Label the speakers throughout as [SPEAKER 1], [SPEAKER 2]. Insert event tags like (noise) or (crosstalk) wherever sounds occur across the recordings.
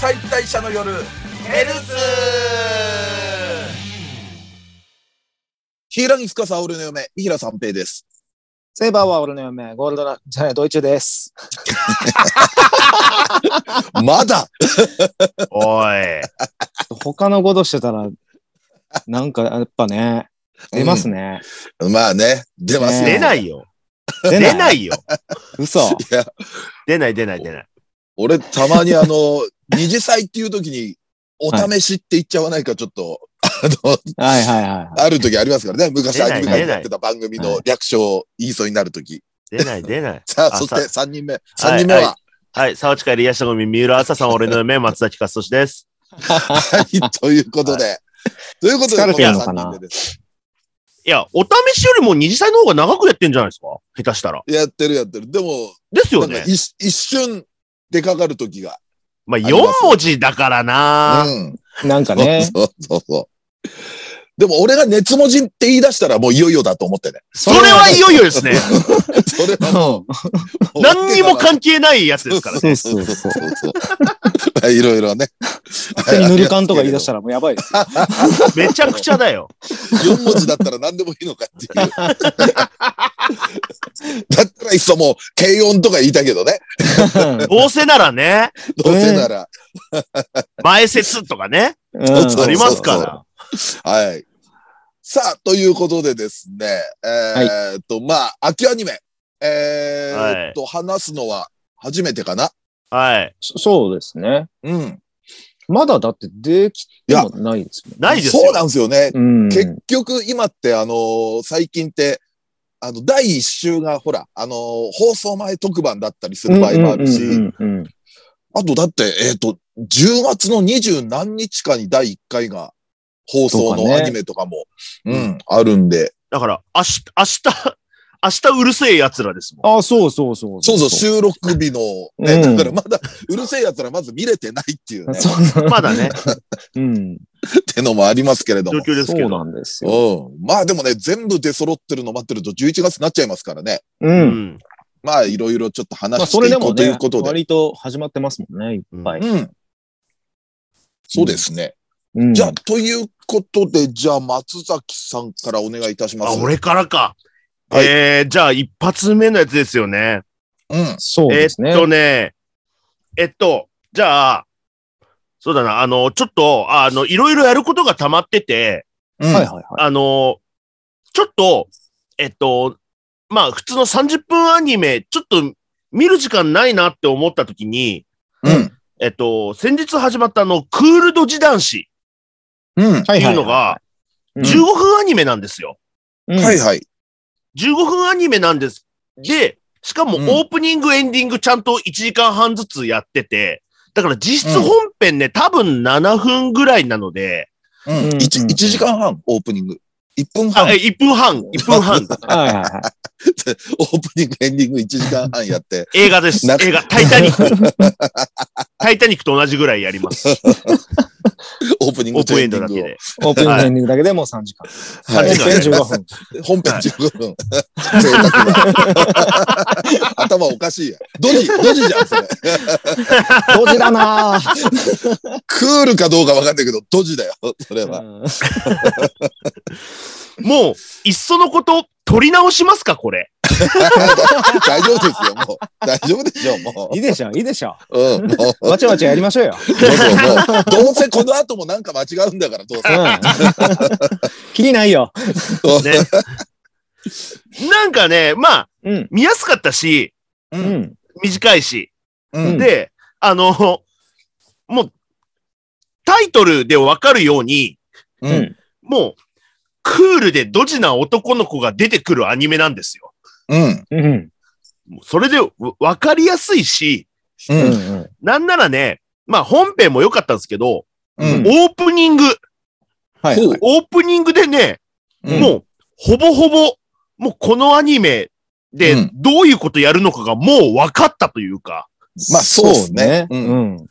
[SPEAKER 1] 解体者の夜ヘルツ平木司オルの嫁、三平三平です。
[SPEAKER 2] セイバーは俺の嫁、ゴールドラ、じゃない、ドイツです。
[SPEAKER 1] まだ
[SPEAKER 3] おい。
[SPEAKER 2] 他のことしてたら、なんかやっぱね、出ますね。
[SPEAKER 1] まあね、出ますよ。
[SPEAKER 3] 出ないいよ。出
[SPEAKER 2] い。
[SPEAKER 3] ないよ。
[SPEAKER 2] 嘘。
[SPEAKER 1] や、
[SPEAKER 3] 出ない出ない出ない。
[SPEAKER 1] 俺たまにあの、二次祭っていう時に、お試しって言っちゃわないか、ちょっと、あの、
[SPEAKER 2] はいはいはいはい。
[SPEAKER 1] ある時ありますからね。昔
[SPEAKER 3] 出
[SPEAKER 1] ア
[SPEAKER 3] ない
[SPEAKER 1] ニメ会やってた番組の略称を言いそうになる時。
[SPEAKER 3] 出ない出ない。
[SPEAKER 1] さあ、
[SPEAKER 3] あ
[SPEAKER 1] そして三人目。
[SPEAKER 3] い
[SPEAKER 1] 三人目は、
[SPEAKER 3] はい。沢地から癒したゴミ、三浦朝さん、俺の嫁、松崎勝利です。
[SPEAKER 1] はい、ということで。ということで、
[SPEAKER 2] 疲れてるのか
[SPEAKER 1] こ
[SPEAKER 2] な
[SPEAKER 1] 三人でです
[SPEAKER 3] いや、お試しよりも二次祭の方が長くやってんじゃないですか下手したら。
[SPEAKER 1] やってるやってる。でも、
[SPEAKER 3] ですよ
[SPEAKER 1] なん
[SPEAKER 3] ね
[SPEAKER 1] か。一一瞬出かかる時が。
[SPEAKER 3] まあ、
[SPEAKER 1] ります
[SPEAKER 3] 四文字だからな、
[SPEAKER 1] うん。
[SPEAKER 2] なんかね、
[SPEAKER 1] そうそうそう。でも俺が熱文人って言い出したらもういよいよだと思ってね。
[SPEAKER 3] それはいよいよですね。
[SPEAKER 1] それは
[SPEAKER 2] そ
[SPEAKER 1] もう
[SPEAKER 3] 何にも関係ないやつですから。
[SPEAKER 2] うそう
[SPEAKER 1] そ
[SPEAKER 2] そうう。
[SPEAKER 1] そう。 (laughs) まあいろいろね。
[SPEAKER 2] 勝手にぬる感とか言い出したらもうやばいです。
[SPEAKER 3] めちゃくちゃだよ。
[SPEAKER 1] 4文字だったら何でもいいのかっ
[SPEAKER 2] (laughs)
[SPEAKER 1] ていう。だったらいっそもう、軽音とか言いたいけどね。
[SPEAKER 3] (laughs) どうせならね、
[SPEAKER 1] どうせなら。
[SPEAKER 3] 前説とかね、
[SPEAKER 2] うん
[SPEAKER 1] そうそう
[SPEAKER 3] ありますか
[SPEAKER 1] そう
[SPEAKER 3] ら。
[SPEAKER 1] はい。さあ、ということでですね。えーっと、まあ、秋アニメ。えーっと、話すのは初めてかな。
[SPEAKER 3] はい。
[SPEAKER 2] そそうですね。
[SPEAKER 1] うん。
[SPEAKER 2] まだだってできてもないですもんね。
[SPEAKER 3] ないですよ。
[SPEAKER 1] そうなんですよね。
[SPEAKER 2] うん。
[SPEAKER 1] 結局、今って、あのー最近って、あの、第一週が、ほら、あのー放送前特番だったりする場合もあるし、
[SPEAKER 2] うんうんうんうん
[SPEAKER 1] あとだって、えっ、と、10月の二十何日かに第1回が放
[SPEAKER 2] とか
[SPEAKER 1] 送の
[SPEAKER 2] ね
[SPEAKER 1] アニメとかも、うん、あるんで。
[SPEAKER 3] だから、明日、明日、 (laughs) 明日うるせえ奴らですもん。
[SPEAKER 2] あ、そうそうそう。
[SPEAKER 1] そうそう、収録日の、ね、
[SPEAKER 2] うん
[SPEAKER 1] だからまだ、うるせえやつらまず見れてないっていう
[SPEAKER 2] (laughs)
[SPEAKER 1] ね、
[SPEAKER 2] そう
[SPEAKER 3] まだね、
[SPEAKER 2] うん。
[SPEAKER 1] ってのもありますけれど
[SPEAKER 3] 状
[SPEAKER 1] も。
[SPEAKER 3] 況ですけ
[SPEAKER 2] そう
[SPEAKER 3] ど。
[SPEAKER 2] なんですよ。
[SPEAKER 1] うん。まあでもね、全部出揃ってるの待ってると11月になっちゃいますからね。
[SPEAKER 2] う。
[SPEAKER 3] うんん。
[SPEAKER 1] まあいろいろちょっと
[SPEAKER 2] まあ、
[SPEAKER 1] 話し
[SPEAKER 2] そ
[SPEAKER 1] て
[SPEAKER 2] れ
[SPEAKER 1] い
[SPEAKER 2] で
[SPEAKER 1] こ
[SPEAKER 2] も
[SPEAKER 1] うとい
[SPEAKER 2] ね
[SPEAKER 1] うこと、で。
[SPEAKER 2] 割と始まってますもんね、いっぱい。
[SPEAKER 1] うん。そうですね。
[SPEAKER 2] うん
[SPEAKER 1] じゃあ、ということで、じゃあ松崎さんからお願いいたします。
[SPEAKER 3] あ、俺からか。
[SPEAKER 1] はい
[SPEAKER 3] えー、じゃあ一発目のやつですよね。
[SPEAKER 1] うん。
[SPEAKER 2] そうですね。
[SPEAKER 3] えっとね、えっと、じゃあ、そうだな、あの、ちょっと、ああの、いろいろやることが溜まってて、
[SPEAKER 1] うん。
[SPEAKER 2] はいはいは
[SPEAKER 3] あの、ちょっと、えっと、まあ、普通の30分アニメ、ちょっと見る時間ないなって思った時に、
[SPEAKER 1] うん。
[SPEAKER 3] えっと、先日始まったあの、クールド時男子
[SPEAKER 1] うん。
[SPEAKER 2] い。
[SPEAKER 3] っていうの
[SPEAKER 2] は
[SPEAKER 3] が、
[SPEAKER 2] いはい
[SPEAKER 3] 15分アニメなんですよ。
[SPEAKER 2] はい、うん
[SPEAKER 1] はいはい。
[SPEAKER 3] 15分アニメなんです。で、しかも
[SPEAKER 1] うん
[SPEAKER 3] オープニング、エンディングちゃんと1時間半ずつやってて、だから実質
[SPEAKER 1] うん
[SPEAKER 3] 本編ね、多分7分ぐらいなので、
[SPEAKER 1] うん
[SPEAKER 2] うん
[SPEAKER 1] 1,
[SPEAKER 2] うん
[SPEAKER 1] 時間半オープニング。1分
[SPEAKER 3] あ、
[SPEAKER 1] 半
[SPEAKER 3] え、1分半、1分半、
[SPEAKER 2] はいはいはい。
[SPEAKER 1] (laughs) オープニング、エンディング1時間半
[SPEAKER 3] (laughs)
[SPEAKER 1] やって。
[SPEAKER 3] 映画です。
[SPEAKER 1] な
[SPEAKER 3] 映画、タイタニック。タイタニックと同じぐらいやります。
[SPEAKER 1] オープニン
[SPEAKER 3] オ
[SPEAKER 1] グ
[SPEAKER 3] ー
[SPEAKER 1] と
[SPEAKER 3] プン
[SPEAKER 1] エ
[SPEAKER 3] エン
[SPEAKER 1] ンデ
[SPEAKER 3] ド
[SPEAKER 1] ィ
[SPEAKER 3] だ
[SPEAKER 1] ン
[SPEAKER 3] け
[SPEAKER 1] グを。
[SPEAKER 3] で。
[SPEAKER 2] オープニングエンディングだけでもう3時間。
[SPEAKER 1] はい
[SPEAKER 3] オープニン
[SPEAKER 2] 全15分。
[SPEAKER 1] (laughs) 本編15分。贅沢だ頭おかしいや。ドジ、ドジじゃん、それ。
[SPEAKER 2] 同時だなぁ。
[SPEAKER 1] クールかどうかわかんないけど、ドジだよ、それは。 (laughs)
[SPEAKER 2] うん
[SPEAKER 3] もう、いっそのこと、撮り直しますか、これ。
[SPEAKER 1] 大丈夫ですよ、もう。大丈夫でしょう、も
[SPEAKER 2] いいでしょ、いいでしょ。
[SPEAKER 1] う。うん、もう。 (laughs)
[SPEAKER 2] わちゃわちゃやりましょうよ。
[SPEAKER 1] そうそうもうどうせこの後もなんか間違うんだから、どう
[SPEAKER 2] うん
[SPEAKER 1] (laughs)
[SPEAKER 2] きりないよ。
[SPEAKER 1] せ。
[SPEAKER 3] なんかね、まあ、
[SPEAKER 2] うん。
[SPEAKER 3] 見やすかったし、
[SPEAKER 1] う。
[SPEAKER 2] うんん。
[SPEAKER 3] 短いし、
[SPEAKER 1] うん。
[SPEAKER 3] で、あの、もう、タイトルでわかるように、
[SPEAKER 1] うん
[SPEAKER 2] うん
[SPEAKER 3] もう、クールでドジな男の子が出てくるアニメなんですよ。
[SPEAKER 1] うん。
[SPEAKER 2] うん。
[SPEAKER 3] もうそれでわわかりやすいし、
[SPEAKER 1] う。
[SPEAKER 2] うんん。
[SPEAKER 3] なんならね、まあ本編も良かったんですけど、
[SPEAKER 1] うん。
[SPEAKER 3] オープニング、
[SPEAKER 2] はい
[SPEAKER 1] ほう
[SPEAKER 2] はい。
[SPEAKER 3] オープニングでね、
[SPEAKER 1] うん
[SPEAKER 3] もう、ほぼほぼ、もうこのアニメ
[SPEAKER 1] う
[SPEAKER 3] で
[SPEAKER 1] ん
[SPEAKER 3] どういうことやるのかがもう分かったというか、
[SPEAKER 1] まあそうっすね
[SPEAKER 2] そう
[SPEAKER 1] う
[SPEAKER 2] うん。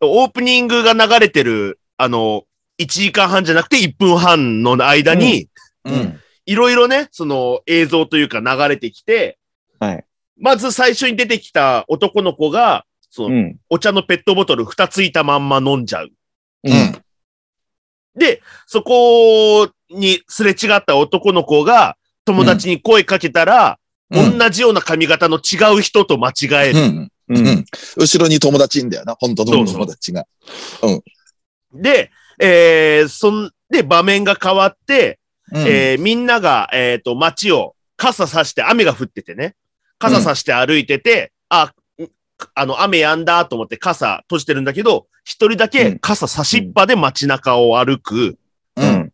[SPEAKER 3] オープニングが流れてる、あの、1時間半じゃなくて1分半の間に、
[SPEAKER 1] うん。
[SPEAKER 3] いろいろね、その映像というか流れてきて、
[SPEAKER 2] はい。
[SPEAKER 3] まず最初に出てきた男の子が、そうの、
[SPEAKER 2] ん。
[SPEAKER 3] お茶のペットボトル2ついたまんま飲んじゃう。
[SPEAKER 2] うん。
[SPEAKER 3] で、そこにすれ違った男の子が友達に声かけたら、
[SPEAKER 1] うん
[SPEAKER 3] 同じような髪型の違う人と間違え
[SPEAKER 1] う
[SPEAKER 3] る。
[SPEAKER 1] ん。
[SPEAKER 2] う。
[SPEAKER 1] うんん。後ろに友達いんだよな、本当の友達が。
[SPEAKER 3] で、えー、そんで、場面が変わって、
[SPEAKER 1] うん
[SPEAKER 3] えーみんなが、えっ、と、街を傘さして、雨が降っててね。傘さして歩いてて、あ、んあの、雨止んだと思って傘閉じてるんだけど、一人だけ傘差しっぱで街中を歩く。
[SPEAKER 2] う
[SPEAKER 1] うん
[SPEAKER 2] ん。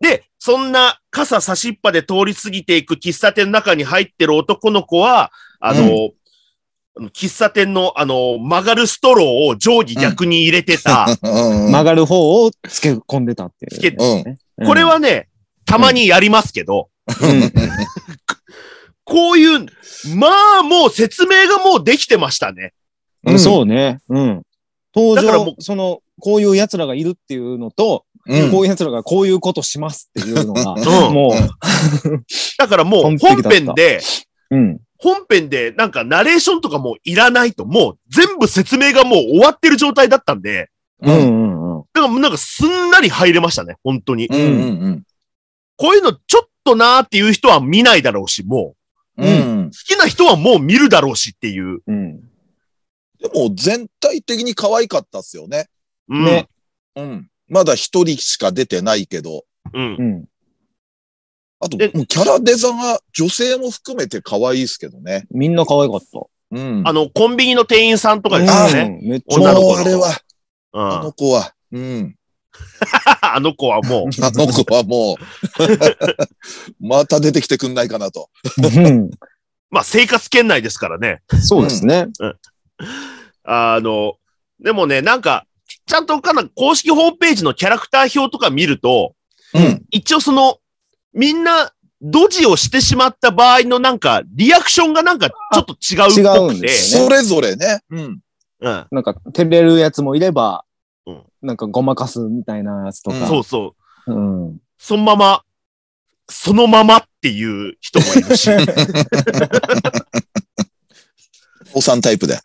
[SPEAKER 3] で、そんな傘差しっぱで通り過ぎていく喫茶店の中に入ってる男の子は、あの、喫茶店のあの、曲がるストローを上下逆に入れてた。
[SPEAKER 1] うん。
[SPEAKER 2] 曲がる方をつけ込んでたっていう。
[SPEAKER 3] つけ
[SPEAKER 2] うん
[SPEAKER 3] これ、はね、たまにやりますけど、
[SPEAKER 2] うん
[SPEAKER 3] こういう、まあもう説明がもうできてましたね。
[SPEAKER 1] う
[SPEAKER 2] うんん、そうね。うん。登
[SPEAKER 3] だからも
[SPEAKER 2] 場、その、こういう奴らがいるっていうのと、
[SPEAKER 1] うん
[SPEAKER 2] こういう奴らがこういうことしますっていうのが、
[SPEAKER 3] うん
[SPEAKER 2] も
[SPEAKER 3] だからもう
[SPEAKER 2] 完
[SPEAKER 3] 本
[SPEAKER 2] 璧だった
[SPEAKER 3] 編で、
[SPEAKER 2] う、うん。
[SPEAKER 3] 本編でなんかナレーションとかもういらないと、もう全部説明がもう終わってる状態だったんで、
[SPEAKER 2] うんうんうん。
[SPEAKER 3] だからもうなんかすんなり入れましたね、本当に
[SPEAKER 1] う。んうん
[SPEAKER 3] こういうのちょっとなーっていう人は見ないだろうし、も
[SPEAKER 1] うん。うん
[SPEAKER 3] う、好きな人はもう見るだろうしっていう。
[SPEAKER 2] うん。
[SPEAKER 1] でも全体的に可愛かったっすよね。
[SPEAKER 3] うん。
[SPEAKER 2] ね
[SPEAKER 1] うん。まだ一人しか出てないけど、
[SPEAKER 3] うん
[SPEAKER 2] う。ん。
[SPEAKER 1] あと、
[SPEAKER 3] で
[SPEAKER 1] もうキャラデザが女性も含めて可愛いっすけどね。
[SPEAKER 2] みんな可愛かった。
[SPEAKER 1] うん。
[SPEAKER 3] あの、コンビニの店員さんとかですよね。
[SPEAKER 2] うん。めっちゃ
[SPEAKER 3] 女の
[SPEAKER 1] も
[SPEAKER 3] 子
[SPEAKER 1] うあれは、
[SPEAKER 3] うん。
[SPEAKER 1] あの子は、うん。
[SPEAKER 3] あの子は
[SPEAKER 2] (laughs)
[SPEAKER 3] も
[SPEAKER 1] あの子はもう、 (laughs) また出てきてくんないかなと。
[SPEAKER 2] うん。
[SPEAKER 3] う、まあ生活圏内ですからね。
[SPEAKER 2] そうですね。
[SPEAKER 3] あの、でもね、なんか、ちゃんとかな、公式ホームページのキャラクター表とか見ると、
[SPEAKER 1] うん。
[SPEAKER 3] 一応その、みんな、ドジをしてしまった場合のなんか、リアクションがなんかちょっと違うっぽ
[SPEAKER 2] 違うん
[SPEAKER 3] くて
[SPEAKER 2] で。すね
[SPEAKER 1] それぞれね。うん。
[SPEAKER 3] うん。
[SPEAKER 2] なんか、照れるやつもいれば
[SPEAKER 3] うん、
[SPEAKER 2] なんかごまかすみたいなやつと
[SPEAKER 1] うん
[SPEAKER 2] か。
[SPEAKER 3] そうそう。
[SPEAKER 2] うん。
[SPEAKER 3] そのまま、そのままっていう人もいる
[SPEAKER 2] (laughs)
[SPEAKER 3] し。はい
[SPEAKER 1] おさんタイプで。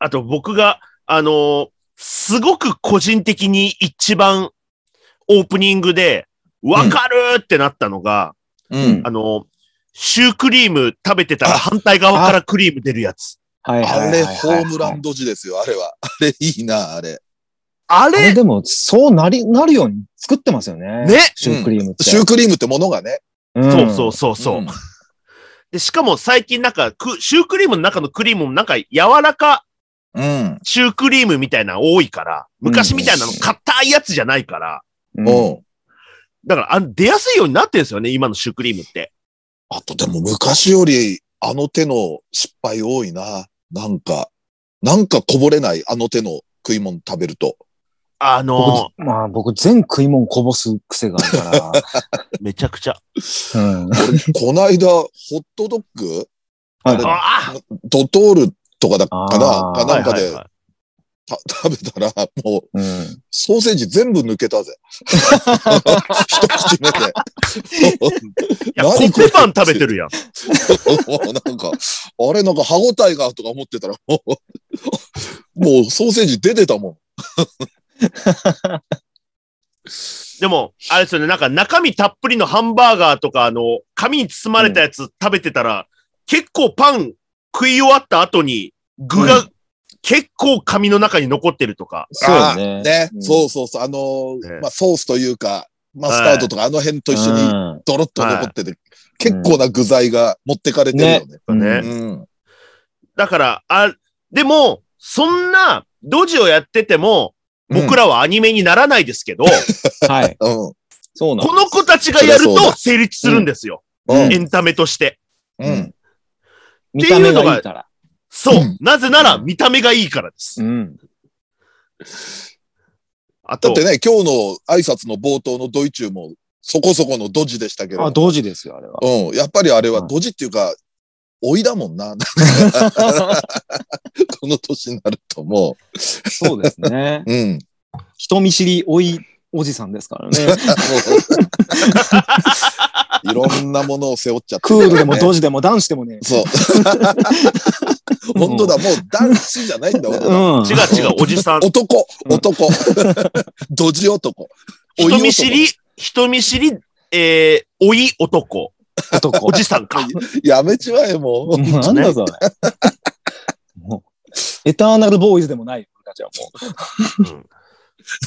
[SPEAKER 3] あと僕が、あのーすごく個人的に一番オープニングで、わかるってなったのが、
[SPEAKER 1] うんん。
[SPEAKER 3] あのーシュークリーム食べてたら反対側からクリーム出るやつ。
[SPEAKER 2] はいはい
[SPEAKER 1] あ
[SPEAKER 2] はい
[SPEAKER 1] れ、
[SPEAKER 2] はい
[SPEAKER 1] ホームランド時ですよ、あれは。あれ、いいな、あれ。
[SPEAKER 3] あ
[SPEAKER 2] あれ
[SPEAKER 3] れ
[SPEAKER 2] でも、そうなり、なるように作ってますよね。
[SPEAKER 3] ね
[SPEAKER 2] シュークリームって。
[SPEAKER 1] シュークリームってものがね。
[SPEAKER 3] そ
[SPEAKER 2] そう
[SPEAKER 3] そうそうそう。
[SPEAKER 1] ん
[SPEAKER 3] で、しかも最近なんかく、シュークリームの中のクリームもなんか柔らか
[SPEAKER 1] うん。
[SPEAKER 3] シュークリームみたいなの多いから、昔みたいなの硬いやつじゃないから、
[SPEAKER 2] う
[SPEAKER 1] うん。
[SPEAKER 3] だから、あの出やすいようになってるんですよね、今のシュークリームって。
[SPEAKER 1] あとでも昔よりあの手の失敗多いな。なんか、なんかこぼれないあの手の食い物食べると。
[SPEAKER 3] あの
[SPEAKER 2] 僕、まあ僕、全食い物こぼす癖があるか
[SPEAKER 3] ー、めちゃくちゃ。
[SPEAKER 2] (laughs) ら。うん。
[SPEAKER 1] 俺、こないだ、ホットドッグ
[SPEAKER 2] はい
[SPEAKER 1] あ
[SPEAKER 3] あ
[SPEAKER 1] ドトールとかだか
[SPEAKER 2] あー
[SPEAKER 1] なか
[SPEAKER 3] あ
[SPEAKER 1] なんか
[SPEAKER 3] はい
[SPEAKER 1] で
[SPEAKER 3] はいはい
[SPEAKER 1] た食べたら、もう、
[SPEAKER 2] うん。
[SPEAKER 1] ソーセージ全部抜け
[SPEAKER 3] (laughs)
[SPEAKER 1] たぜ。一口目で。
[SPEAKER 3] いや、コ
[SPEAKER 1] 何こ
[SPEAKER 3] ッ
[SPEAKER 1] れ
[SPEAKER 3] ペパン食べてるやん。
[SPEAKER 1] もう (laughs) なんか、あれなんか歯応えがとか思ってたら、 (laughs) もう、もうソーセージ出てたもん。
[SPEAKER 3] でも、あれですよね、なんか中身たっぷりのハンバーガーとか、あの、紙に包まれたやつ食べてたら、結構パン食い終わった後に、具が、
[SPEAKER 1] う
[SPEAKER 3] 結構紙の中に残ってるとか。
[SPEAKER 2] そうね。
[SPEAKER 1] ね、
[SPEAKER 2] うん
[SPEAKER 1] そうそうそう。あのー
[SPEAKER 3] ね
[SPEAKER 1] まあ、ソースというか、マスタードとか、あの辺と一緒に
[SPEAKER 2] に。
[SPEAKER 1] ドロッと残ってて、結構な具材が持ってかれてるよね。
[SPEAKER 3] ね
[SPEAKER 1] うんうん。
[SPEAKER 3] だから、あ、でも、そんな、ドジをやってても、僕らはアニメにならないですけ
[SPEAKER 1] (laughs)
[SPEAKER 3] ど、
[SPEAKER 2] はい。
[SPEAKER 1] うん。
[SPEAKER 2] そうなの
[SPEAKER 3] こ。の子たちがやる
[SPEAKER 1] そりゃそう
[SPEAKER 3] と
[SPEAKER 1] だ
[SPEAKER 3] 成立するんですよ。
[SPEAKER 1] うん
[SPEAKER 3] エンタメとして。
[SPEAKER 1] うん。
[SPEAKER 2] 見た目がいいから。
[SPEAKER 3] そう。
[SPEAKER 1] うん
[SPEAKER 3] なぜなら見た目がいいからです。
[SPEAKER 2] うん。
[SPEAKER 3] あ
[SPEAKER 1] だ
[SPEAKER 3] と、
[SPEAKER 1] ってね、今日の挨拶の冒頭のドイチューも、そこそこのドジでしたけれど
[SPEAKER 2] あ、
[SPEAKER 1] も。
[SPEAKER 2] 同時ですよ、あれは。
[SPEAKER 1] うん。やっぱりあれは
[SPEAKER 2] はい
[SPEAKER 1] ドジっていうか、老いだもんな。なん (laughs) かこの年になるとも
[SPEAKER 2] (laughs) そうですね。
[SPEAKER 1] う。うん。
[SPEAKER 2] 人見知り多いおじさんですからね。
[SPEAKER 1] いろんなものを背負っちゃって
[SPEAKER 2] (laughs) ク
[SPEAKER 1] るからね、
[SPEAKER 2] ールでもドジでも男子でもね。
[SPEAKER 1] そう。本当だ、もう男子じゃないんだ、
[SPEAKER 2] う
[SPEAKER 1] 俺ら
[SPEAKER 2] ん。
[SPEAKER 3] 違う違う、おじさん。
[SPEAKER 1] 男、
[SPEAKER 2] うん
[SPEAKER 1] 男。 (laughs) ドジ男。おい
[SPEAKER 3] 人見知り、人見知り、えー、老い男。
[SPEAKER 2] 男
[SPEAKER 3] お。じさんか。
[SPEAKER 1] やめちまえ、もう。
[SPEAKER 2] なんだそれ。もう、エターナルボーイズでもないよ、俺たちは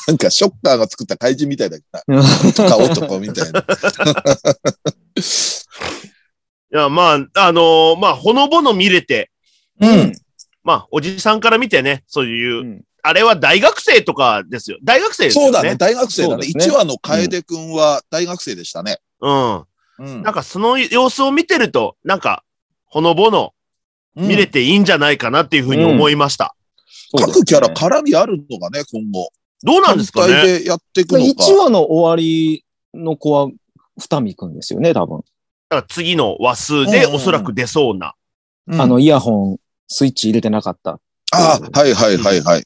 [SPEAKER 1] なんか、ショッカーが作った怪人みたいだけど
[SPEAKER 2] もう。
[SPEAKER 1] な。とか男みたいな。
[SPEAKER 3] いや、まあ、あのーまあ、ほのぼの見れて、
[SPEAKER 2] うん。
[SPEAKER 3] まあ、おじさんから見てね、そういう、
[SPEAKER 2] うん
[SPEAKER 3] あれは大学生とかですよ。大学生ですよね。
[SPEAKER 1] そうだね、。大学生だ
[SPEAKER 2] そう
[SPEAKER 1] ね。
[SPEAKER 2] ですね
[SPEAKER 1] 1話の楓くんは大学生でしたね。
[SPEAKER 3] う
[SPEAKER 1] うん
[SPEAKER 3] ん。なんかその様子を見てると、なんか、ほのぼの見れていいんじゃないかなっていうふうに思いました。
[SPEAKER 1] 各キャラ絡みあるのがね、今後。
[SPEAKER 3] どうなんですか
[SPEAKER 1] 単
[SPEAKER 3] ね
[SPEAKER 1] 体でやっていくの
[SPEAKER 2] 1
[SPEAKER 1] か。
[SPEAKER 2] 話の終わりの子は、二見くんですよね、多分。
[SPEAKER 3] だから次の話数
[SPEAKER 1] うんうん
[SPEAKER 3] で
[SPEAKER 1] うん
[SPEAKER 3] おそらく出そうな。
[SPEAKER 1] うん
[SPEAKER 2] あの、イヤホン、スイッチ入れてなかった。
[SPEAKER 1] ああ、はいはいはいはい。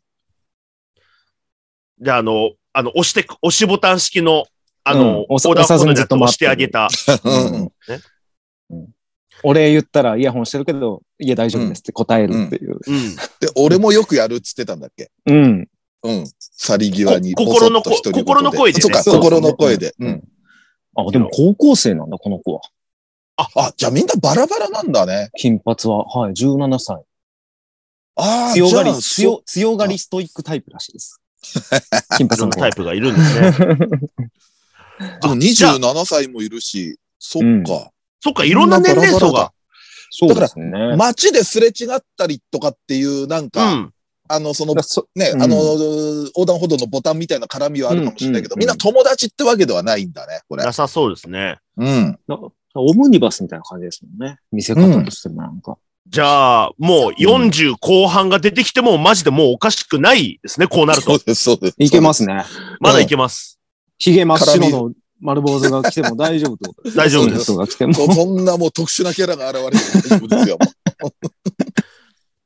[SPEAKER 3] で、あの、あの、押してく、押しボタン式の、あの、
[SPEAKER 2] うん押さ
[SPEAKER 3] 横断
[SPEAKER 2] 押さずにずっと
[SPEAKER 3] 歩道のやつを
[SPEAKER 2] 待
[SPEAKER 3] 押
[SPEAKER 2] っ
[SPEAKER 3] してて
[SPEAKER 2] る
[SPEAKER 3] あげた。
[SPEAKER 1] うん
[SPEAKER 3] ね
[SPEAKER 2] うん俺言ったらイヤホンしてるけど、いや大丈夫ですって答えるっていう。
[SPEAKER 3] うん。
[SPEAKER 1] で、俺もよくやるっつってたんだっけ
[SPEAKER 2] うん。
[SPEAKER 1] うん。去り際に。
[SPEAKER 3] こ心の
[SPEAKER 1] ぼそっと独り言
[SPEAKER 3] 心の声でね
[SPEAKER 1] そうか、
[SPEAKER 2] そうそう
[SPEAKER 1] 心の声で。うん。
[SPEAKER 2] あ、でも高校生なんだ、この子は。
[SPEAKER 1] あ、じゃあみんなバラバラなんだね。
[SPEAKER 2] 金髪は。はい、17歳。
[SPEAKER 1] ああ、
[SPEAKER 2] 強がり
[SPEAKER 1] じゃ、あ
[SPEAKER 2] 強、強がりストイックタイプらしいです。金
[SPEAKER 3] いろ
[SPEAKER 2] 髪
[SPEAKER 3] ん
[SPEAKER 2] の
[SPEAKER 3] なタ
[SPEAKER 2] 子は
[SPEAKER 3] イ。プがいるんですね。
[SPEAKER 1] でも
[SPEAKER 3] じゃあ
[SPEAKER 1] 27歳もいるし、そっか。
[SPEAKER 3] そっか、いろんな年齢層が。
[SPEAKER 2] そうですね。
[SPEAKER 1] 街ですれ違ったりとかっていう、なん
[SPEAKER 3] う
[SPEAKER 1] か、
[SPEAKER 3] ん。
[SPEAKER 1] あの、その
[SPEAKER 2] だから、そ
[SPEAKER 1] ね、
[SPEAKER 2] うん
[SPEAKER 1] あの、横断歩道のボタンみたいな絡みはあるかもしれないけど、
[SPEAKER 2] うん
[SPEAKER 1] みんな友達ってわけではないんだね、これ
[SPEAKER 3] な。さそうですね。
[SPEAKER 1] うん。
[SPEAKER 2] なオムニバスみたいな感じですもんね。見せ方としてもなんか。
[SPEAKER 3] じゃあ、もう40後半が出てきても、マジでもうおかしくないですね、こうなる
[SPEAKER 1] そ
[SPEAKER 3] と
[SPEAKER 1] う。です、そうです。
[SPEAKER 2] いけますね。
[SPEAKER 3] まだいけます。
[SPEAKER 2] ヒゲ真っ白の丸坊主が来ても大丈夫ってことですね。
[SPEAKER 3] 大丈夫
[SPEAKER 1] です
[SPEAKER 2] そういう人が来て
[SPEAKER 1] (laughs)
[SPEAKER 2] も。
[SPEAKER 1] そそんなもう特殊なキャラが現れて大丈夫
[SPEAKER 2] (laughs)
[SPEAKER 1] ですよ。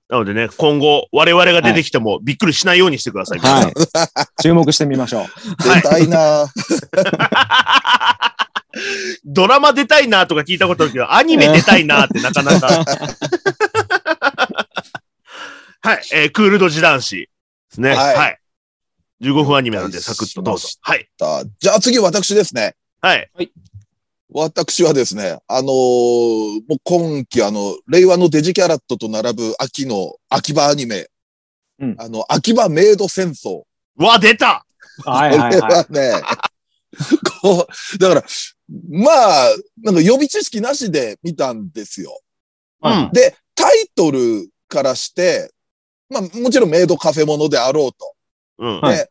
[SPEAKER 3] なのでね、今後、我々が出てきてもびっくりしないようにしてください。皆さん
[SPEAKER 2] はい。注目してみましょう。
[SPEAKER 1] 出たいな
[SPEAKER 3] ドラマ出たいなとか聞いたことあるけど、アニメ出たいなってなかなか。はい、えークールドジ男子ですね。
[SPEAKER 1] は
[SPEAKER 3] はいい。15分アニメなんで、サクッとどうぞ。はい。
[SPEAKER 1] ぁ。じゃあ次、私ですね。
[SPEAKER 3] はい。
[SPEAKER 1] 私はですね、あのーもう今期、あの、令和のデジキャラットと並ぶ秋の秋葉アニメ、
[SPEAKER 2] うん
[SPEAKER 1] あの、秋葉メイド戦争。
[SPEAKER 3] うわ、出た
[SPEAKER 2] はい
[SPEAKER 1] (laughs)
[SPEAKER 2] はい
[SPEAKER 1] こ
[SPEAKER 2] はい。
[SPEAKER 1] れはね、こう、だから、まあ、なんか予備知識なしで見たんですよ。
[SPEAKER 3] うん。
[SPEAKER 1] で、タイトルからして、まあもちろんメイドカフェものであろうと。
[SPEAKER 3] うん。
[SPEAKER 2] はい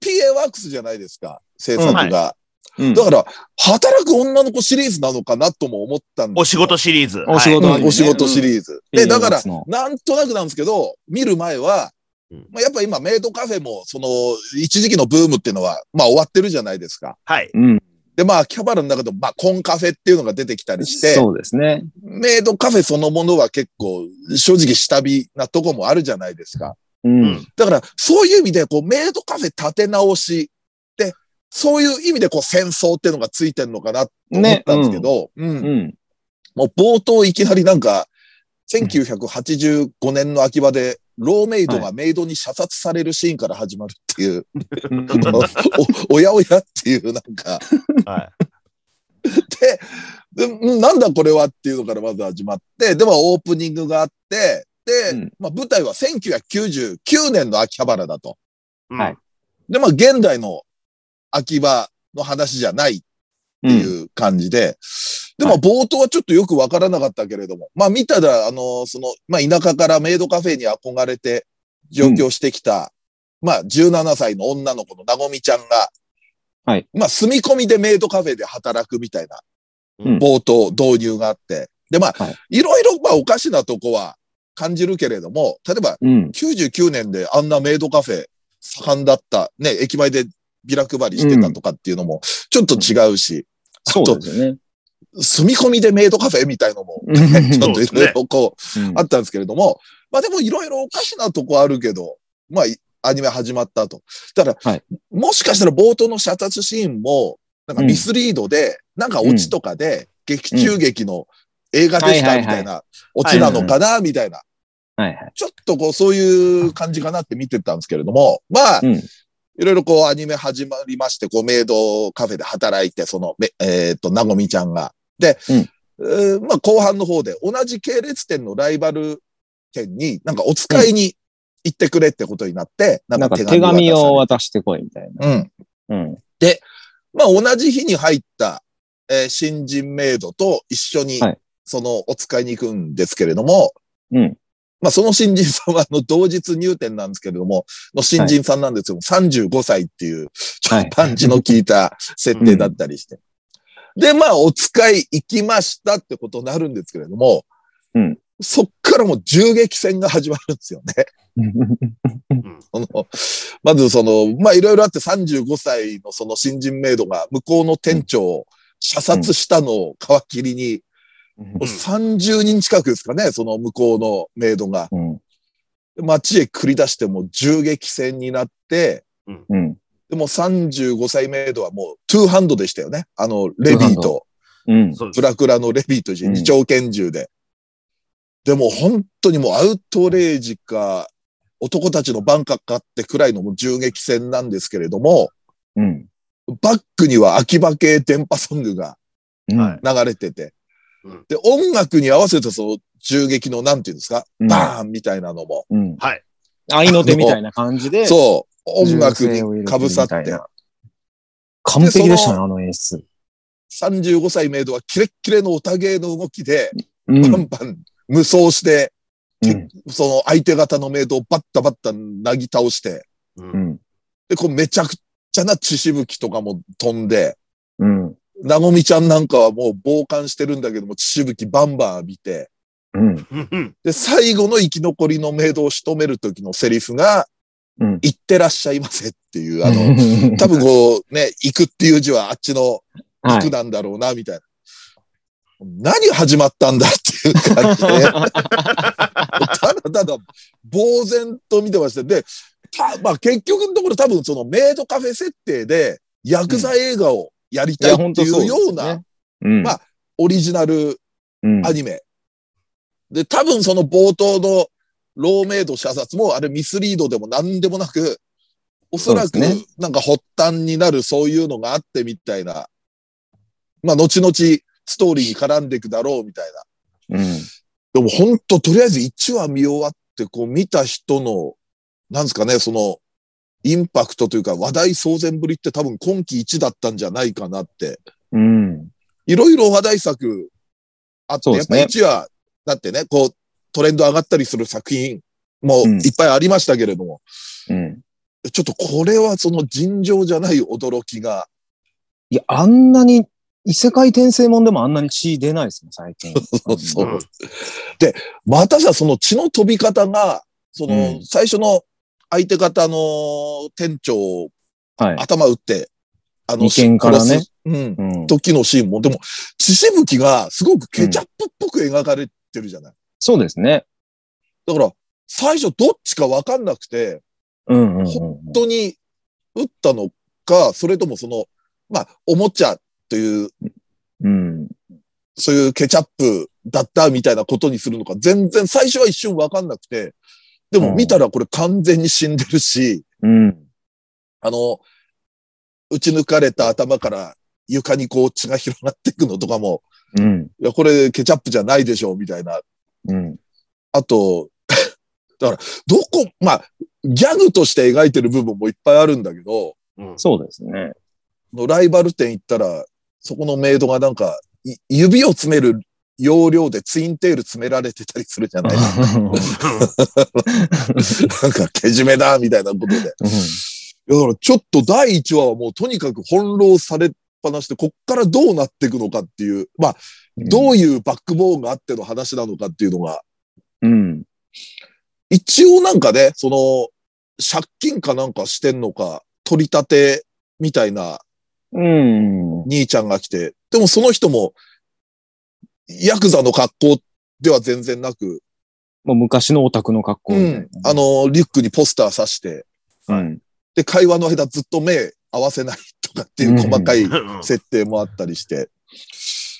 [SPEAKER 1] PA ワークスじゃないですか、制作
[SPEAKER 3] うん
[SPEAKER 1] が。
[SPEAKER 2] うん
[SPEAKER 1] だから、働く女の子シリーズなのかなとも思ったんで
[SPEAKER 3] お
[SPEAKER 1] す。
[SPEAKER 3] 仕事シリーズ。
[SPEAKER 2] お仕事
[SPEAKER 1] うんお仕事シリーズ。で、だから、
[SPEAKER 2] ら、
[SPEAKER 1] なんとなくなんですけど、見る前は
[SPEAKER 3] うん、
[SPEAKER 1] まあ、やっぱ今メイドカフェも、その、一時期のブームっていうのは、まあ終わってるじゃないですか。
[SPEAKER 3] はい。
[SPEAKER 2] うん。
[SPEAKER 1] で、まあ、キャバラの中でも、まあ、コンカフェっていうのが出てきたりして、
[SPEAKER 2] そうですね。
[SPEAKER 1] メイドカフェそのものは結構、正直下火なとこもあるじゃないですか。
[SPEAKER 2] うん。
[SPEAKER 3] うん
[SPEAKER 1] だから、そういう意味で、こう、メイドカフェ立て直しで、そういう意味で、こう、戦争っていうのがついてるのかなと思ったんですけど、うん
[SPEAKER 2] うん。
[SPEAKER 1] もう冒頭いきなりなんか、1985年の秋葉で、ローメイドがメイドに射殺されるシーンから始まるって (laughs) いう、お、おやおやっていうなんか、
[SPEAKER 3] は
[SPEAKER 1] で、んなんだこれはっていうのからまず始まって、で、まあオープニングがあって、で、
[SPEAKER 2] うん
[SPEAKER 1] まあ舞台は1999年の秋葉原だと。
[SPEAKER 3] い。
[SPEAKER 2] はい
[SPEAKER 1] で、まあ現代の秋葉の話じゃないっていう感じで、で、まあ冒頭はちょっとよくわからなかったけれども、まあ見たら、あの、その、まあ田舎からメイドカフェに憧れて上京してきた、まあ17歳の女の子のなごみちゃんが、
[SPEAKER 2] はい。
[SPEAKER 1] まあ住み込みでメイドカフェで働くみたいな
[SPEAKER 3] うん
[SPEAKER 1] 冒頭導入があって、で、まあ、
[SPEAKER 2] はい
[SPEAKER 1] い、ろいろまあおかしなとこは感じるけれども、例えば
[SPEAKER 2] うん。
[SPEAKER 1] 99年であんなメイドカフェ盛んだった、ね、駅前でビラ配りしてたとかっていうのもちょっと違うし、
[SPEAKER 2] そうですよね。
[SPEAKER 1] 住み込みでメイドカフェみたいの
[SPEAKER 2] (laughs)
[SPEAKER 1] も、
[SPEAKER 2] うん
[SPEAKER 1] ちょっといろいろこう、
[SPEAKER 2] うん
[SPEAKER 1] あったんですけれども、まあでもいろいろおかしなとこあるけど、まあいアニメ始まったと。だから、
[SPEAKER 2] はい
[SPEAKER 1] もしかしたら冒頭の射殺シーンも、なんかミスリードで、なんかオチとかで、劇中劇の映画でし
[SPEAKER 2] はいはいは
[SPEAKER 1] た
[SPEAKER 2] い
[SPEAKER 1] みたいな、オチなのかな、みたいな。
[SPEAKER 2] はいはい。
[SPEAKER 1] ちょっとこう、そういう感じかなって見てたんですけれども、まあ、
[SPEAKER 2] うん
[SPEAKER 1] いろいろこう、アニメ始まりまして、こう、メイドカフェで働いて、その、めえっ、と、なごみちゃんが。で、
[SPEAKER 2] うん
[SPEAKER 1] えーまあ、後半の方で、同じ系列店のライバル店に、なんかお使いに行ってくれってことになって、
[SPEAKER 2] なんか
[SPEAKER 1] 渡さ
[SPEAKER 2] 手
[SPEAKER 1] れ
[SPEAKER 2] 紙を渡してこいみたいな。
[SPEAKER 1] うん。
[SPEAKER 2] うん。
[SPEAKER 1] まあ、同じ日に入った、えー新人メイドと一緒に
[SPEAKER 2] はい、
[SPEAKER 1] その、お使いに行くんですけれども、
[SPEAKER 2] うん
[SPEAKER 1] まあ、その新人さんは、あの、同日入店なんですけれども、の新人さんなんですよ。35歳っていう、ちょ
[SPEAKER 2] は
[SPEAKER 1] っ
[SPEAKER 2] い
[SPEAKER 1] とパンチの効いた設定だったりして。で、まあ、お使い行きましたってことになるんですけれども、
[SPEAKER 2] うん
[SPEAKER 1] そっからもう銃撃戦が始まるんですよね。その、まずその、まあ、いろいろあって35歳のその新人メイドが向こうの店長を射殺したのを皮切りに、
[SPEAKER 3] うん
[SPEAKER 1] 30人近くですかね、その向こうのメイドが。
[SPEAKER 2] うん。
[SPEAKER 1] 街へ繰り出してもう銃撃戦になって、
[SPEAKER 2] うん。
[SPEAKER 1] でも35歳メイドはもうトゥーハンドでしたよね。あの、レ
[SPEAKER 2] トゥー
[SPEAKER 1] ビ
[SPEAKER 2] ハン
[SPEAKER 1] ー
[SPEAKER 2] ド
[SPEAKER 1] と。
[SPEAKER 2] うん。
[SPEAKER 3] そうです
[SPEAKER 1] ブラクラのレビーと一緒
[SPEAKER 2] うん
[SPEAKER 1] に二丁拳銃で。でも本当にもうアウトレイジか、男たちのバンカかってくらいのもう銃撃戦なんですけれども、
[SPEAKER 2] うん。
[SPEAKER 1] バックには秋葉系電波ソングが
[SPEAKER 3] はい
[SPEAKER 1] 流れてて
[SPEAKER 3] うん、
[SPEAKER 1] で、音楽に合わせてその銃撃のなんていうんですか、
[SPEAKER 2] うん
[SPEAKER 1] バーンみたいなのも、
[SPEAKER 2] うん。
[SPEAKER 3] はい。
[SPEAKER 2] 愛の手みたいな感じで。
[SPEAKER 1] そう、音楽
[SPEAKER 2] 銃声を入
[SPEAKER 1] に
[SPEAKER 2] れ
[SPEAKER 1] 被さっ
[SPEAKER 2] るみたい
[SPEAKER 1] て
[SPEAKER 2] な、完璧でしたね、あの演出。
[SPEAKER 1] 35歳メイドはキレッキレのオタゲーの動きで、
[SPEAKER 2] う
[SPEAKER 1] バ
[SPEAKER 2] ん。
[SPEAKER 1] ンバン無双して、
[SPEAKER 2] うん。
[SPEAKER 1] その相手方のメイドをバッタバッタなぎ倒して、
[SPEAKER 3] うん
[SPEAKER 2] うん。
[SPEAKER 1] で、こうめちゃくちゃな血しぶきとかも飛んで、
[SPEAKER 2] うん。
[SPEAKER 1] なごみちゃんなんかはもう傍観してるんだけども、血しぶきバンバン浴びて、
[SPEAKER 2] うん。
[SPEAKER 3] うん
[SPEAKER 1] で、最後の生き残りのメイドを仕留める時のセリフが、
[SPEAKER 2] うん。
[SPEAKER 1] 行ってらっしゃいませっていう、あの、
[SPEAKER 2] の
[SPEAKER 1] 多分こうね、行くっていう字はあっちの
[SPEAKER 2] は
[SPEAKER 1] 行く
[SPEAKER 2] い。
[SPEAKER 1] なんだろうな、みたいな。何始まったんだっていう
[SPEAKER 2] (laughs)
[SPEAKER 1] 感じで。ただただ、呆然と見てました。で、たまあ結局のところ多分そのメイドカフェ設定で、ヤクザ映画をやり
[SPEAKER 2] い
[SPEAKER 1] たい
[SPEAKER 2] や、
[SPEAKER 1] っ
[SPEAKER 2] 本
[SPEAKER 1] て
[SPEAKER 2] 当
[SPEAKER 1] い
[SPEAKER 2] そう
[SPEAKER 1] う
[SPEAKER 2] です
[SPEAKER 1] よ
[SPEAKER 2] ね。
[SPEAKER 1] うな
[SPEAKER 2] うん。
[SPEAKER 1] まあオリジナル
[SPEAKER 2] うん、
[SPEAKER 1] アニメ。で、多分その冒頭のローメイド射殺もあれミスリードでも何でもなく、おそら
[SPEAKER 2] そ
[SPEAKER 1] く
[SPEAKER 2] うですね
[SPEAKER 1] なんか発端になるそういうのがあってみたいな。まあ、後々ストーリーに絡んでいくだろうみたいな。
[SPEAKER 2] うん。
[SPEAKER 1] でも本当とりあえず1話見終わって、こう見た人の、なんですかね、その、インパクトというか話題騒然ぶりって多分今季一だったんじゃないかなって
[SPEAKER 2] うん。
[SPEAKER 1] いろいろ話題作あって、
[SPEAKER 2] そうで
[SPEAKER 1] やっ
[SPEAKER 2] す
[SPEAKER 1] ぱ
[SPEAKER 2] ね
[SPEAKER 1] 一話、だってね、こう、トレンド上がったりする作品も
[SPEAKER 2] うん
[SPEAKER 1] いっぱいありましたけれども、
[SPEAKER 2] うん。
[SPEAKER 1] ちょっとこれはその尋常じゃない驚きが、
[SPEAKER 2] いや、あんなに、異世界転生もんでもあんなに血出ないですもん、最近。
[SPEAKER 1] そうそう
[SPEAKER 3] うん
[SPEAKER 1] またさ、その血の飛び方が、その、
[SPEAKER 2] うん
[SPEAKER 1] 最初の相手方の店長を
[SPEAKER 2] はい。
[SPEAKER 1] 頭打って、あ
[SPEAKER 2] 二軒からね。
[SPEAKER 1] 殺すうん。
[SPEAKER 2] うん。
[SPEAKER 1] 時のシーンも、でも、血しぶきがすごくケチャップっぽく描かれてるじゃない。
[SPEAKER 2] そうですね。
[SPEAKER 1] だから、最初どっちかわかんなくて、
[SPEAKER 2] うんうんうん
[SPEAKER 1] 本当に打ったのか、それともその、まあ、おもちゃという、
[SPEAKER 2] うん。うん。
[SPEAKER 1] そういうケチャップだったみたいなことにするのか、全然最初は一瞬わかんなくて、で
[SPEAKER 2] う
[SPEAKER 1] も
[SPEAKER 2] ん
[SPEAKER 1] 見たらこれ完全に死んでるし、
[SPEAKER 2] うん。
[SPEAKER 1] あの、打ち抜かれた頭から床にこう血が広がっていくのとかも、
[SPEAKER 2] うん。
[SPEAKER 1] いや、これケチャップじゃないでしょう、みたいな。
[SPEAKER 2] うん。
[SPEAKER 1] あと、 (laughs) だから、どこ、まあ、ギャグとして描いてる部分もいっぱいあるんだけど、
[SPEAKER 3] うん
[SPEAKER 2] そうですね。
[SPEAKER 1] のライバル店行ったら、そこのメイドがなんか、い指を詰める要領でツインテール詰められてたりするじゃないなんか、けじめだ、みたいなことで。いや、だからちょっと第1話はもうとにかく翻弄されっぱなしで、こっからどうなっていくのかっていう、まあ、どういうバックボーンがあっての話なのかっていうのが、
[SPEAKER 2] うん。
[SPEAKER 1] 一応なんかね、その、借金かなんかしてんのか、取り立てみたいな
[SPEAKER 2] うん。うん。
[SPEAKER 1] 兄ちゃんが来て、でもその人も、ヤクザの格好では全然なく、
[SPEAKER 2] もう昔のオタクの格好
[SPEAKER 1] う
[SPEAKER 2] みたい
[SPEAKER 1] ん
[SPEAKER 2] な。
[SPEAKER 1] あの、リュックにポスター刺して、
[SPEAKER 3] はい
[SPEAKER 2] うん
[SPEAKER 1] で、会話の間ずっと目合わせないとかっていう細かい設定もあったりして。だか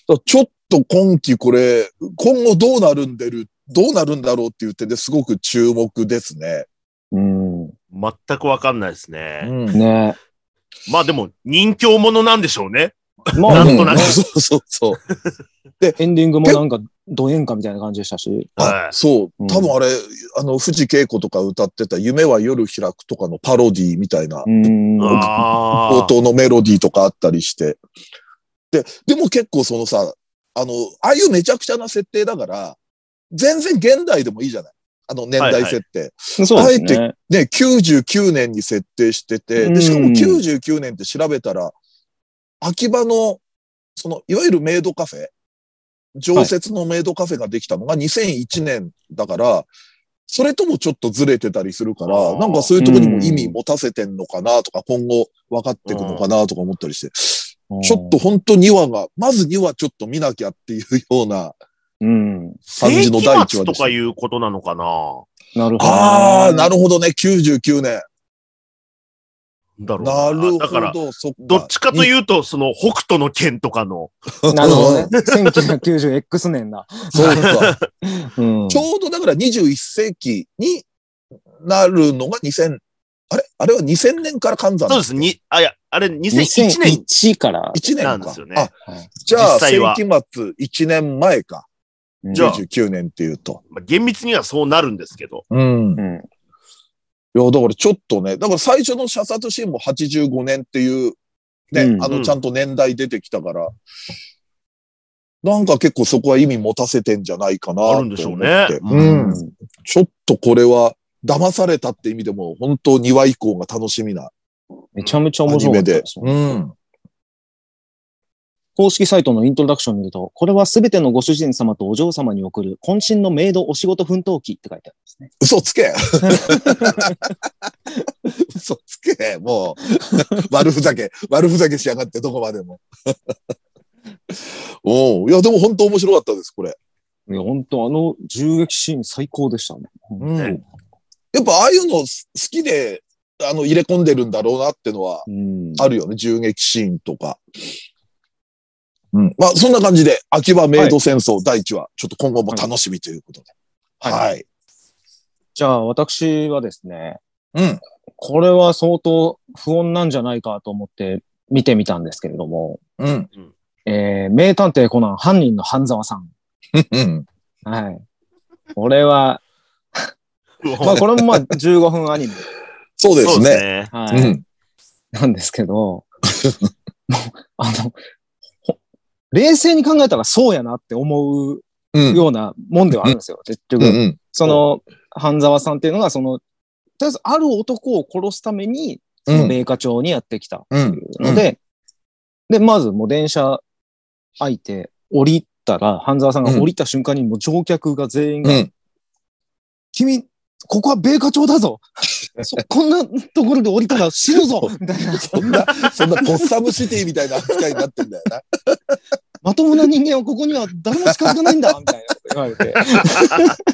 [SPEAKER 1] らちょっと今期これ、今後どうなるんでる、どうなるんだろうっていう点ですごく注目ですね。
[SPEAKER 2] うん。
[SPEAKER 3] 全くわかんないですね。
[SPEAKER 2] ね
[SPEAKER 3] まあでも、人気者なんでしょうね。
[SPEAKER 2] ま
[SPEAKER 3] な
[SPEAKER 2] あ、
[SPEAKER 3] んとなく
[SPEAKER 1] そうそうそう。
[SPEAKER 2] エンディングもなんか、どえんかみたいな感じでしたし。
[SPEAKER 1] あ
[SPEAKER 3] は、い
[SPEAKER 1] そう
[SPEAKER 2] う。ん
[SPEAKER 1] 多分あれ、あの、藤恵子とか歌ってた夢は夜開くとかのパロディみたいな
[SPEAKER 2] う、ん。
[SPEAKER 3] う
[SPEAKER 2] う
[SPEAKER 3] わー
[SPEAKER 1] 冒頭のメロディーとかあったりして。で、でも結構そのさ、あの、ああいうめちゃくちゃな設定だから、全然現代でもいいじゃないあの年代設定。
[SPEAKER 2] そうですね。
[SPEAKER 1] ね、99年に設定してて、
[SPEAKER 2] うん
[SPEAKER 1] で、しかも99年って調べたら、秋葉の、その、いわゆるメイドカフェ、常設のメイドカフェができたのが2001年だから、それともちょっとずれてたりするか
[SPEAKER 3] あ
[SPEAKER 1] ら、
[SPEAKER 3] ー
[SPEAKER 1] なんかそういうとこにも意味持たせてんのかなとか、今後分かっていくのかなとか思ったりして、ち
[SPEAKER 2] ち
[SPEAKER 1] ょっと、本当2話が、まず2話ちょっと見なきゃっていうような、
[SPEAKER 2] うん。
[SPEAKER 3] 世
[SPEAKER 1] 感じの第
[SPEAKER 3] 紀
[SPEAKER 1] 一
[SPEAKER 3] 末
[SPEAKER 1] 話で
[SPEAKER 3] と
[SPEAKER 1] した
[SPEAKER 3] かいうことなのかな
[SPEAKER 2] なるほどね。
[SPEAKER 1] ああ、なるほどね、99年。
[SPEAKER 3] だろう
[SPEAKER 1] なるほ
[SPEAKER 3] だから、
[SPEAKER 1] ど、そっか。
[SPEAKER 3] どっちかというと、その、北斗の剣とかの、
[SPEAKER 2] (laughs) なるほどね。1990X 年だ。
[SPEAKER 1] そうか。
[SPEAKER 2] うん。
[SPEAKER 1] ちょうどだから21世紀になるのが2000、あれあれは2000年から換算
[SPEAKER 3] そうです。に、あ、いや、あれ、2001年。
[SPEAKER 2] 2001から。
[SPEAKER 1] 1年
[SPEAKER 3] な
[SPEAKER 1] か。
[SPEAKER 3] んですよね
[SPEAKER 1] あ、じゃ
[SPEAKER 3] 実
[SPEAKER 1] あ、世
[SPEAKER 3] 際は
[SPEAKER 1] 紀末1年前か。
[SPEAKER 2] うん
[SPEAKER 3] じゃあ
[SPEAKER 1] 99年っていうと。
[SPEAKER 3] まあ厳密にはそうなるんですけど。
[SPEAKER 1] うん。
[SPEAKER 2] うん。
[SPEAKER 1] いや、だからちょっとね、だから最初の射殺シーンも85年っていう、ね、
[SPEAKER 2] うん
[SPEAKER 1] あ
[SPEAKER 3] う
[SPEAKER 1] の、
[SPEAKER 3] ん
[SPEAKER 1] ちゃんと年代出てきたから、なんか結構そこは意味持たせてんじゃないかなと
[SPEAKER 3] あ
[SPEAKER 1] 思
[SPEAKER 3] るん
[SPEAKER 1] って。
[SPEAKER 3] でしょうね
[SPEAKER 1] うん。ちょっとこれは、騙されたって意味でも、本当2話以降が楽しみな
[SPEAKER 2] めちゃめちゃ
[SPEAKER 1] ア
[SPEAKER 2] 面
[SPEAKER 1] ニ
[SPEAKER 2] 白か
[SPEAKER 1] メ
[SPEAKER 2] った
[SPEAKER 1] で
[SPEAKER 2] で。すね。公式サイトのイントロダクションに見ると、これはすべてのご主人様とお嬢様に送る渾身のメイドお仕事奮闘記って書いてあるんですね。
[SPEAKER 1] 嘘つ (laughs) け嘘つけもう、悪ふざけ、悪ふざけしやがって、どこまでも。 (laughs) おういや、でも本当面白かったです、これ。
[SPEAKER 2] いや、本当あの銃撃シーン最高でしたね。
[SPEAKER 1] ん
[SPEAKER 3] ね
[SPEAKER 1] やっぱ、ああいうの好きで、あの、入れ込んでるんだろうなってのは、
[SPEAKER 2] うん。
[SPEAKER 1] あるよね。銃撃シーンとか。うん。まあ、そんな感じで、秋葉メイド戦争第1話、ちょっと今後も楽しみということで。
[SPEAKER 2] はい
[SPEAKER 1] はい。
[SPEAKER 2] じゃあ私はですね、
[SPEAKER 1] うん。
[SPEAKER 2] これは相当不穏なんじゃないかと思って見てみたんですけれども、
[SPEAKER 1] うん。
[SPEAKER 2] えー、名探偵コナン犯人の半沢さん。
[SPEAKER 1] うん。
[SPEAKER 2] はい。これは、 (laughs) まあこれもまあ15分アニメ。
[SPEAKER 1] そうです
[SPEAKER 3] そうです
[SPEAKER 1] ね。
[SPEAKER 3] ね。
[SPEAKER 2] は
[SPEAKER 1] う
[SPEAKER 2] い。
[SPEAKER 1] ん。
[SPEAKER 2] なんですけど、もうあの、ほ冷静に考えたらそうやなって思う
[SPEAKER 1] うん。
[SPEAKER 2] ようなもんではあるんですよ、結
[SPEAKER 1] うんう
[SPEAKER 2] 局。
[SPEAKER 1] ん。
[SPEAKER 2] その、半沢さんっていうのが、その、とりあえずある男を殺すために、
[SPEAKER 1] う
[SPEAKER 2] その
[SPEAKER 1] ん。
[SPEAKER 2] 米花町にやってきたっ
[SPEAKER 1] う
[SPEAKER 2] て
[SPEAKER 1] ん。
[SPEAKER 2] いうので、で、まずもう電車開いて降りたら、半沢さんが降りた瞬間にもう乗客が全員が、
[SPEAKER 1] うん。
[SPEAKER 2] 君、ここは米花町だ
[SPEAKER 1] (laughs)
[SPEAKER 2] ぞそこんなところで降りたら死ぬぞみたいな。
[SPEAKER 1] そんな、そんなポッサムシティみたいな扱いになってんだよな。
[SPEAKER 2] まともな人間はここには誰も近づかないんだみたいなこと言われ
[SPEAKER 1] (laughs)
[SPEAKER 2] て。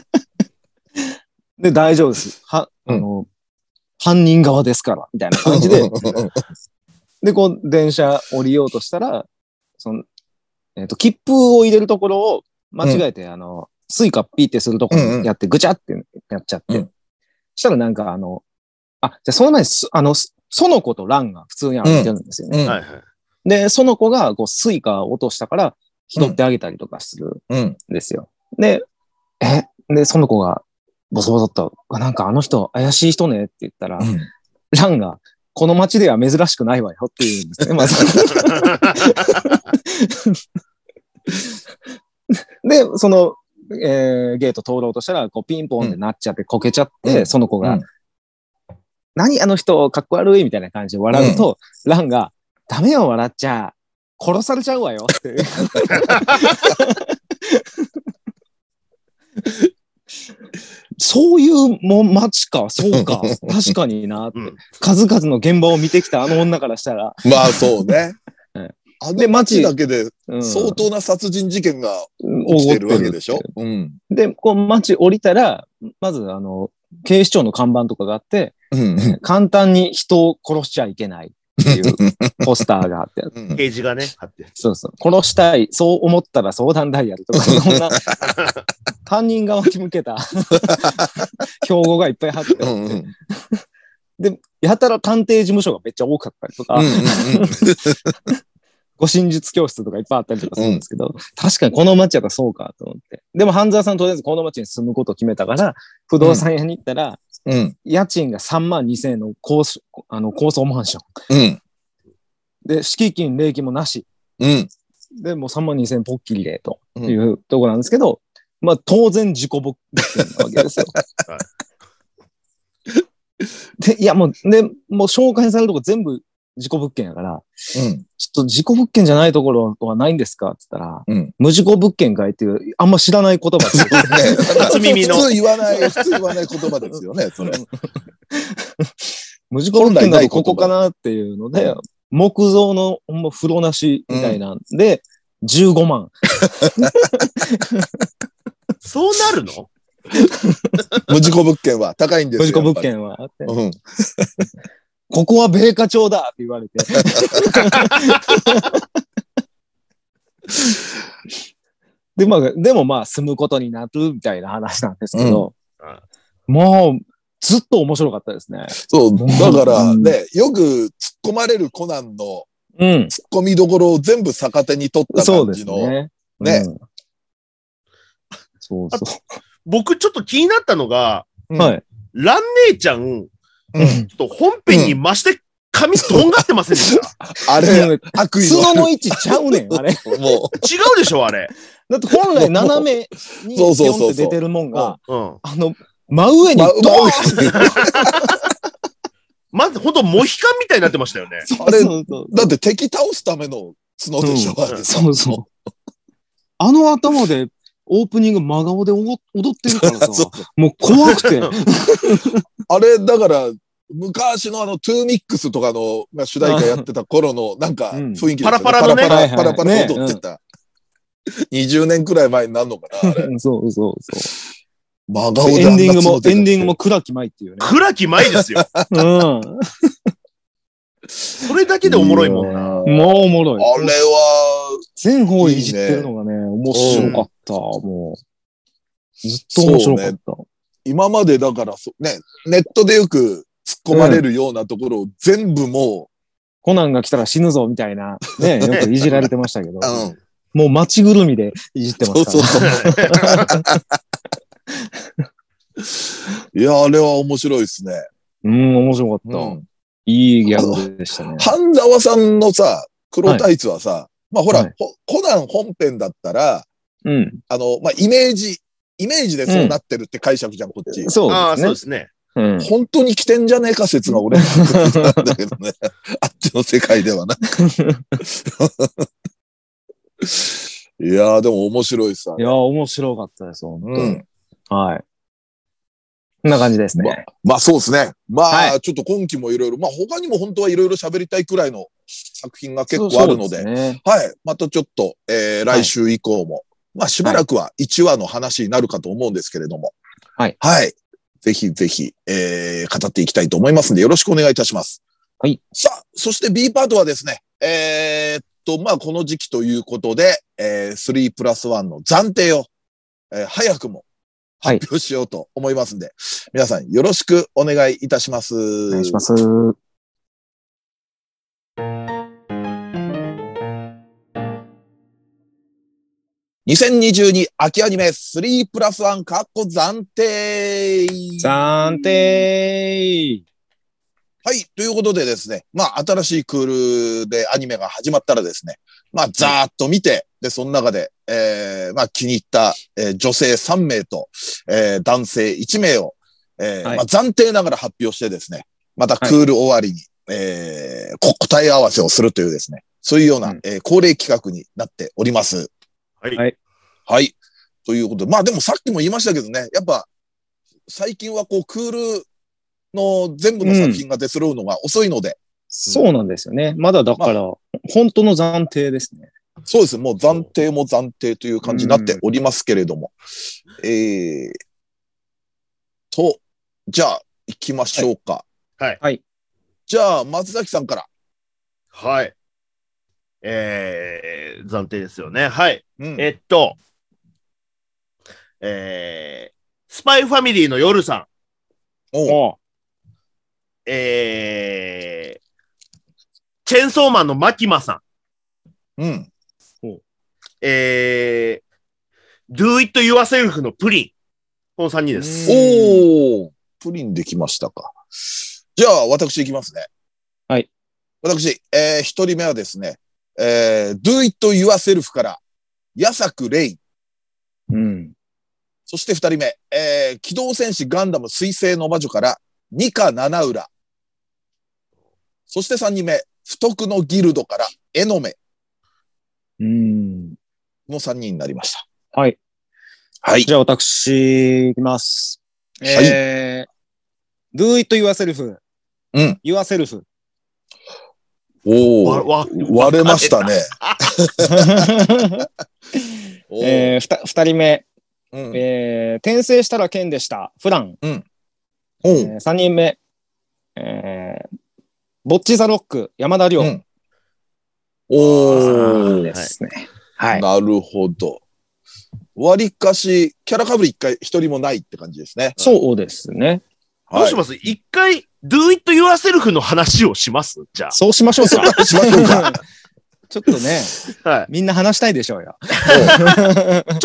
[SPEAKER 2] で、大丈夫です。は、あの、犯人側ですから、みたいな感じで。で、こう、電車降りようとしたら、その、えっ、と、切符を入れるところを間違えて、あの、スイカピーってするとこ
[SPEAKER 1] うんうん
[SPEAKER 2] ろやって、ぐちゃってやっちゃって。
[SPEAKER 1] うん
[SPEAKER 2] そしたらなんかあの、あ、じゃあその前にす、あの、その子とランが普通に歩いてるんですよね。
[SPEAKER 1] うん
[SPEAKER 3] はいはい。
[SPEAKER 2] で、その子がこうスイカを落としたから拾ってあげたりとかするん
[SPEAKER 1] うん。
[SPEAKER 2] ですよ。で、え、で、その子がボソボソっと、あなんかあの人怪しい人ねって言ったら、
[SPEAKER 1] うん
[SPEAKER 2] ランが、この街では珍しくないわよって言うんですね、まず。で、その、えーゲート通ろうとしたら、こうピンポンってなっちゃって、こけちゃって、
[SPEAKER 1] うん
[SPEAKER 2] その子が、
[SPEAKER 1] うん
[SPEAKER 2] 何あの人、かっこ悪いみたいな感じで笑うと、ランが、ダメよ、笑っちゃ。殺されちゃうわよって。そういうもん街か、そうか、確かになって
[SPEAKER 3] うん。
[SPEAKER 2] 数々の現場を見てきたあの女からしたら、
[SPEAKER 1] まあそうね
[SPEAKER 2] うん。
[SPEAKER 1] あ
[SPEAKER 2] で
[SPEAKER 1] の
[SPEAKER 2] 街
[SPEAKER 1] 街だけで
[SPEAKER 2] うん
[SPEAKER 1] 相当な殺人事件が起
[SPEAKER 2] 起
[SPEAKER 1] きてるわけでしょ。うん。
[SPEAKER 2] で、こう街降りたら、まずあの、警視庁の看板とかがあって、
[SPEAKER 1] うん
[SPEAKER 2] 簡単に人を殺しちゃいけないって
[SPEAKER 1] (laughs)
[SPEAKER 2] いうポスターがあって、
[SPEAKER 1] うん
[SPEAKER 3] ページがね、貼って。
[SPEAKER 2] そうそう、殺したい、そう思ったら相談ダイヤルとか、そ
[SPEAKER 1] (laughs)
[SPEAKER 2] んな、犯人側に向けた (laughs) 標語がいっぱい貼ってあって、
[SPEAKER 1] うんうん
[SPEAKER 2] やたら探偵事務所がめっちゃ多かったりとか、
[SPEAKER 1] うんうんうん
[SPEAKER 2] 護身術教室とかいっぱいあったりとかするんですけど、確かにこの街やったらそうかと思って。でも、半沢さんとりあえずこの街に住むことを決めたから、不動産屋に行ったら、
[SPEAKER 1] うん。
[SPEAKER 2] 家賃が3万2千円の高所あの高層マンション。
[SPEAKER 1] うん。
[SPEAKER 2] で、敷金、礼金もなし。
[SPEAKER 1] うん。
[SPEAKER 2] で、もう3万2千円ポッキリで、というところなんですけど、まあ、当然自己物件なわけですよ
[SPEAKER 3] は。
[SPEAKER 2] (laughs) で、いや、もう、で、もう紹介されるとこ全部自己物件やから、
[SPEAKER 1] うん。
[SPEAKER 2] ちょっと事故物件じゃないところはないんですかって言ったら、
[SPEAKER 1] うん
[SPEAKER 2] 無事故物件かいっていう、あんま知らない言葉ですよ
[SPEAKER 3] 初耳の
[SPEAKER 1] 普通言わない、普通言わない言葉ですよね、それ。
[SPEAKER 2] 無事故物件だとここかなっていうので、木造のほんま風呂なしみたいなんで、15万。
[SPEAKER 3] そうなるの
[SPEAKER 1] 無事故物件は高いんですよ。
[SPEAKER 2] 無事故物件はあって、
[SPEAKER 1] やっぱり。うん。
[SPEAKER 2] ここは米花町だって言われて。で、まあ、でもまあ、住むことになるみたいな話なんですけど、
[SPEAKER 3] うんうん
[SPEAKER 2] もう、ずっと面白かったですね。
[SPEAKER 1] そう、だから
[SPEAKER 2] うん
[SPEAKER 1] ね、よく突っ込まれるコナンの
[SPEAKER 2] うん。
[SPEAKER 1] 突っ込みどころを全部逆手に取った
[SPEAKER 2] そうで
[SPEAKER 1] 感じ
[SPEAKER 2] す
[SPEAKER 1] の。
[SPEAKER 2] ね。
[SPEAKER 1] ね
[SPEAKER 2] うんそうそ
[SPEAKER 3] 僕ちょっと気になったのが、
[SPEAKER 1] う
[SPEAKER 2] う。
[SPEAKER 1] ん
[SPEAKER 2] はい。
[SPEAKER 3] ラン姉ちゃん、
[SPEAKER 1] うん
[SPEAKER 3] ちょっと本編に増して髪とんがってませんでした、
[SPEAKER 1] あれ、
[SPEAKER 2] で
[SPEAKER 1] 悪意
[SPEAKER 2] 角の位置ちゃうねん、あれ。
[SPEAKER 1] の。も
[SPEAKER 3] 違うでしょあれ。
[SPEAKER 2] だって本来斜めに
[SPEAKER 1] そう
[SPEAKER 2] ピ
[SPEAKER 1] そう
[SPEAKER 2] ョン
[SPEAKER 1] そ
[SPEAKER 2] っ
[SPEAKER 1] う
[SPEAKER 2] て出てるもん
[SPEAKER 1] う
[SPEAKER 2] が、
[SPEAKER 3] うん。
[SPEAKER 2] あの、真上
[SPEAKER 1] う、
[SPEAKER 2] にド
[SPEAKER 1] ま、
[SPEAKER 2] ーン
[SPEAKER 1] ま
[SPEAKER 3] まず本当モヒカンみたいになってましたよね。
[SPEAKER 1] あれ
[SPEAKER 2] (laughs) そうそう
[SPEAKER 1] だって敵倒すための角でしょ、
[SPEAKER 2] う
[SPEAKER 1] あれ
[SPEAKER 2] そうそう。あの頭でオープニング真顔で踊ってるから
[SPEAKER 1] (laughs) そ
[SPEAKER 2] さ、もう怖く
[SPEAKER 1] (laughs)
[SPEAKER 2] て。
[SPEAKER 1] あれ、だから、昔のあの、トゥーミックスとかの、が主題歌やってた頃の、なんか、
[SPEAKER 2] うん
[SPEAKER 1] 雰囲気ですよ、
[SPEAKER 3] パラパラのね
[SPEAKER 1] パラパラ、
[SPEAKER 2] は
[SPEAKER 1] パ
[SPEAKER 2] いはい
[SPEAKER 1] ラパラ
[SPEAKER 2] ね
[SPEAKER 1] 踊ってた。20年くらい前になるのかな、あれ。
[SPEAKER 2] そうそうそ
[SPEAKER 1] 真顔
[SPEAKER 2] う。
[SPEAKER 1] で
[SPEAKER 2] エンディング
[SPEAKER 1] あんな角
[SPEAKER 2] も
[SPEAKER 1] 出、て
[SPEAKER 2] エ
[SPEAKER 1] た
[SPEAKER 2] ンディングも倉木舞っていうね。
[SPEAKER 3] 暗き前ですよ。
[SPEAKER 2] うん。
[SPEAKER 3] それだけでおもろいもんな。
[SPEAKER 1] いいよ
[SPEAKER 2] もうおもろい。
[SPEAKER 1] あれは、
[SPEAKER 2] 全方位いじってるのがね、面白かった、もう。ずっと面白かった。
[SPEAKER 1] 今までだからそ、ね、ネットでよく突っ込まれるようなところを全部も
[SPEAKER 2] コナンが来たら死ぬぞ、みたいな、
[SPEAKER 1] (laughs)
[SPEAKER 2] ね、よくいじられてましたけど
[SPEAKER 1] う、、うん。
[SPEAKER 2] もう街ぐるみでいじってますから。
[SPEAKER 1] そうそういや、あれは面白いですね。
[SPEAKER 2] うん、面白かった。
[SPEAKER 1] うん
[SPEAKER 2] いいギャグでしたね。
[SPEAKER 1] 半沢さんのさ、黒タイツはさ、まあほら、
[SPEAKER 2] はい
[SPEAKER 1] ほコナン本編だったら、
[SPEAKER 2] うん。
[SPEAKER 1] あの、まあイメージ、イメージでそうなってるって解釈じゃん、こっち。
[SPEAKER 2] そう
[SPEAKER 3] ああ、
[SPEAKER 2] です
[SPEAKER 3] そう
[SPEAKER 2] ね
[SPEAKER 3] で。すね。
[SPEAKER 2] うん
[SPEAKER 1] 本当に来てんじゃねえか説が俺なんだけど (laughs) ね。あっちの世界では (laughs) な。いやー、でも面白いさ。
[SPEAKER 2] いや、面白かったです、本当
[SPEAKER 1] う
[SPEAKER 2] に
[SPEAKER 1] ん。
[SPEAKER 2] はい。こんな感じです
[SPEAKER 1] ま
[SPEAKER 2] ね。
[SPEAKER 1] まあそうですね。まあ、
[SPEAKER 2] は
[SPEAKER 1] ちょっと今期もいろいろ、まあ他にも本当はいろいろ喋りたいくらいの作品が結構あるので、
[SPEAKER 2] そうすね
[SPEAKER 1] はい。またちょっと、えー、
[SPEAKER 2] はい
[SPEAKER 1] 来週以降も、まあしばらくは1話の話になるかと思うんですけれども、
[SPEAKER 2] はい。
[SPEAKER 1] はい。ぜひぜひ、えー、語っていきたいと思いますんで、よろしくお願いいたします。
[SPEAKER 2] はい。
[SPEAKER 1] さあ、そして B パートはですね、えーっと、まあこの時期ということで、えー、3プラス1の暫定を、えー、早くも
[SPEAKER 2] はい
[SPEAKER 1] 発表しようと思いますんで、皆さんよろしくお願いいたします。
[SPEAKER 2] お
[SPEAKER 1] お。
[SPEAKER 2] 願いしますす。
[SPEAKER 1] 2022秋アニメ3プラス1かっこ暫定
[SPEAKER 2] 暫定
[SPEAKER 1] はい。ということでですね、まあ、新しいクールでアニメが始まったらですね、まあ、ざーっと見て、で、その中で、えー、まあ、気に入った、えー女性3名と、えー男性1名を、えー
[SPEAKER 2] はい
[SPEAKER 1] まあ、暫定ながら発表してですね、またクール終わりに、えーこ答え合わせをするというですね、そういうような、
[SPEAKER 2] うん
[SPEAKER 1] えー恒例企画になっております。
[SPEAKER 3] はい
[SPEAKER 2] はい
[SPEAKER 1] はい。ということで、まあ、でもさっきも言いましたけどね、やっぱ、最近はこう、クールの全部の作品が出揃うのが遅いので、
[SPEAKER 2] そうなんですよね。まだだから、本当の暫定ですね。
[SPEAKER 1] そうです。もう暫定も暫定という感じになっておりますけれども。えー、と、じゃあ、行きましょうか。
[SPEAKER 3] はい
[SPEAKER 2] はい
[SPEAKER 1] じゃあ、松崎さんから。
[SPEAKER 3] はい。えー、暫定ですよね。はい。
[SPEAKER 1] うん。
[SPEAKER 3] えっと、えー、スパイファミリーの夜さん。
[SPEAKER 1] おう
[SPEAKER 2] おう
[SPEAKER 3] えー、チェンソーマンのマキマさん。
[SPEAKER 1] うん。
[SPEAKER 3] えー、Do It Yourself のプリン。この3人です。
[SPEAKER 2] うん
[SPEAKER 1] おープリンできましたか。じゃあ、私いきますね。
[SPEAKER 2] はい。
[SPEAKER 1] 私、えー、一人目はですね、えー、do it yourself から、矢作レイ。
[SPEAKER 2] うん。
[SPEAKER 1] そして二人目、えー、機動戦士ガンダム水星の魔女から、ニカ七浦。そして三人目、不徳のギルドから、エノメ
[SPEAKER 2] うん。
[SPEAKER 1] の三人になりました。
[SPEAKER 2] はい。
[SPEAKER 1] はい。
[SPEAKER 2] じゃあ私、いきます。
[SPEAKER 1] はい
[SPEAKER 2] えー、do it yourself.
[SPEAKER 1] うん。 (laughs)
[SPEAKER 2] yourself.
[SPEAKER 1] お
[SPEAKER 3] わ
[SPEAKER 1] お
[SPEAKER 3] わ
[SPEAKER 1] 割れましたね。おー
[SPEAKER 2] えー、ふた、二人目。
[SPEAKER 1] うん
[SPEAKER 2] えー、転生したら剣でした。フラン。
[SPEAKER 1] う
[SPEAKER 2] え
[SPEAKER 1] ん。
[SPEAKER 2] ー、三人目。えー、ボッチザロック、山田亮。
[SPEAKER 1] うんお
[SPEAKER 3] ー
[SPEAKER 1] お
[SPEAKER 2] ですね。はい。
[SPEAKER 1] なるほど。割かし、キャラかぶり一回、一人もないって感じですね。
[SPEAKER 2] そうですね。
[SPEAKER 3] どうし
[SPEAKER 1] ま
[SPEAKER 3] ます一回、Do It Yourself の話をしますじゃ
[SPEAKER 2] そうしましょうか。
[SPEAKER 1] (laughs) しましょうか。
[SPEAKER 2] (laughs) ちょっとね、
[SPEAKER 3] あ。はい。
[SPEAKER 2] みんな話したいでしょうよ。
[SPEAKER 3] ち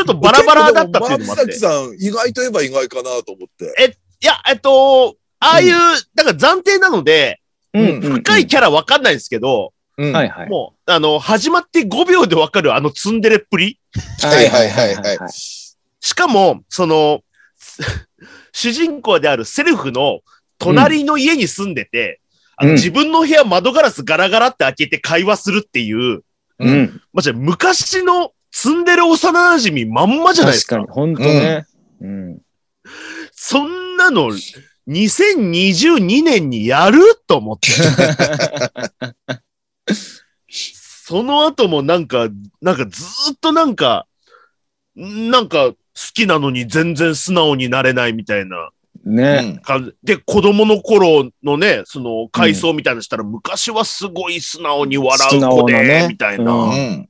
[SPEAKER 3] ょっとバラバラだったっていうのもあって
[SPEAKER 2] (laughs)
[SPEAKER 1] 松崎。さん、意外と言えば意外かなと思って。
[SPEAKER 3] いや、えっと、ああいう、だから暫定なので、
[SPEAKER 1] うん
[SPEAKER 3] 深いキャラわかんないですけど、
[SPEAKER 1] うん
[SPEAKER 2] はいはい。
[SPEAKER 3] もう、あの、始まって5秒でわかるあのツンデレっぷり。
[SPEAKER 1] はいはいはいはい
[SPEAKER 2] はい。
[SPEAKER 3] しかも、その、 (laughs) 主人公であるセルフの隣の家に住んでて、あの
[SPEAKER 2] うん
[SPEAKER 3] 自分の部屋窓ガラスガラガラって開けて会話するっていう、
[SPEAKER 1] う
[SPEAKER 2] うん。
[SPEAKER 3] まじ、昔のツンデレ幼馴染まんまじゃないで
[SPEAKER 2] 確
[SPEAKER 3] すか。
[SPEAKER 2] かに、本当ね。うん。
[SPEAKER 3] そんなの、2022年にやると思
[SPEAKER 2] (laughs)
[SPEAKER 3] って。その後もなんか、なんかずーっとなんか、なんか好きなのに全然素直になれないみたいな
[SPEAKER 2] ね。
[SPEAKER 3] 感じ。で、子供の頃のね、その回想みたいなのしたら、昔はすごい素直に笑う子
[SPEAKER 2] 素直な
[SPEAKER 3] で、
[SPEAKER 2] ね
[SPEAKER 3] みたいな。
[SPEAKER 1] う
[SPEAKER 2] うん
[SPEAKER 1] ん。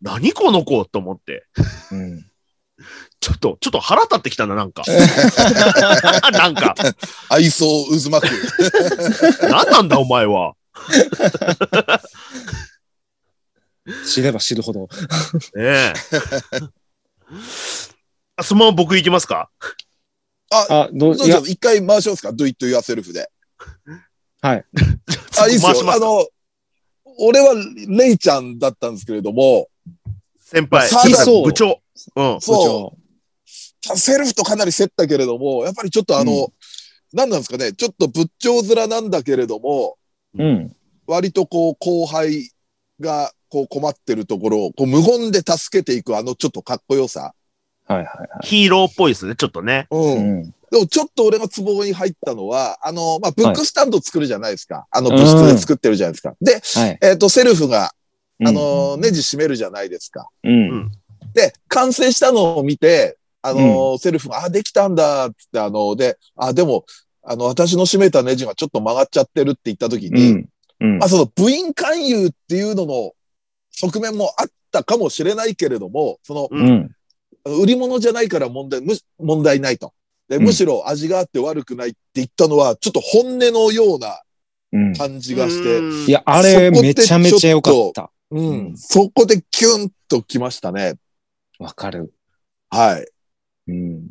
[SPEAKER 3] 何この子と思って。
[SPEAKER 2] うん。
[SPEAKER 3] ちょっと、ちょっと腹立ってきたな、なん
[SPEAKER 2] (laughs)
[SPEAKER 3] か。なんか。
[SPEAKER 1] 愛想渦巻く。
[SPEAKER 3] 何なんだお前は。
[SPEAKER 2] 知れば知るほど。 (laughs)
[SPEAKER 3] ねえ。あそのまま僕行きますか
[SPEAKER 2] あ、どう、
[SPEAKER 1] そう
[SPEAKER 2] い
[SPEAKER 1] そ
[SPEAKER 2] や
[SPEAKER 1] う、一回回しますか ?do it yourself で。あ、いいっす
[SPEAKER 3] 回し
[SPEAKER 1] よ。
[SPEAKER 3] ま
[SPEAKER 1] あ
[SPEAKER 3] すか
[SPEAKER 1] の、俺はレイちゃんだったんですけれども、
[SPEAKER 3] 先輩。
[SPEAKER 1] 好き
[SPEAKER 2] そう
[SPEAKER 3] 部長。うん。
[SPEAKER 1] そう、セルフとかなり競ったけれども、やっぱりちょっとあ
[SPEAKER 2] う
[SPEAKER 1] の、何なんですかね、ちょっと仏頂面なんだけれども、
[SPEAKER 2] う。うん。
[SPEAKER 1] 割とこう後輩がこう困ってるところを、こう無言で助けていくあのちょっとかっこよさ。
[SPEAKER 2] はいは
[SPEAKER 3] ヒーローっぽいですね、ちょっとね。
[SPEAKER 1] う。
[SPEAKER 2] い。うんん。
[SPEAKER 1] でもちょっと俺がツボに入ったのは、あの、まあ、ブックスタンド作るじゃないですか。あの、物質で作ってるじゃないですか。で、
[SPEAKER 2] はい。
[SPEAKER 1] えっ、と、セルフが、あ
[SPEAKER 2] う
[SPEAKER 1] の、
[SPEAKER 2] ん
[SPEAKER 1] ネジ閉めるじゃないですか。
[SPEAKER 2] うん。
[SPEAKER 1] で、完成したのを見て、あの、セルフが、あ、できたんだ、つって、あの、で、あ、でも、あの、私の閉めたネジがちょっと曲がっちゃってるって言った時
[SPEAKER 2] う
[SPEAKER 1] に、
[SPEAKER 2] ん。うん
[SPEAKER 1] まあ、その部員勧誘っていうのの側面もあったかもしれないけれども、その、
[SPEAKER 2] うん。
[SPEAKER 1] あの売り物じゃないから問題、むし問題ないと。で、
[SPEAKER 2] うん
[SPEAKER 1] むしろ味があって悪くないって言ったのは、ちょっと本音のような
[SPEAKER 2] うん。
[SPEAKER 1] 感じがして、
[SPEAKER 2] いや、あれ、めちゃめちゃ良かった。
[SPEAKER 1] うん、
[SPEAKER 2] うん
[SPEAKER 1] そこでキュンときましたね。
[SPEAKER 2] わかる。
[SPEAKER 1] はい。
[SPEAKER 2] うん。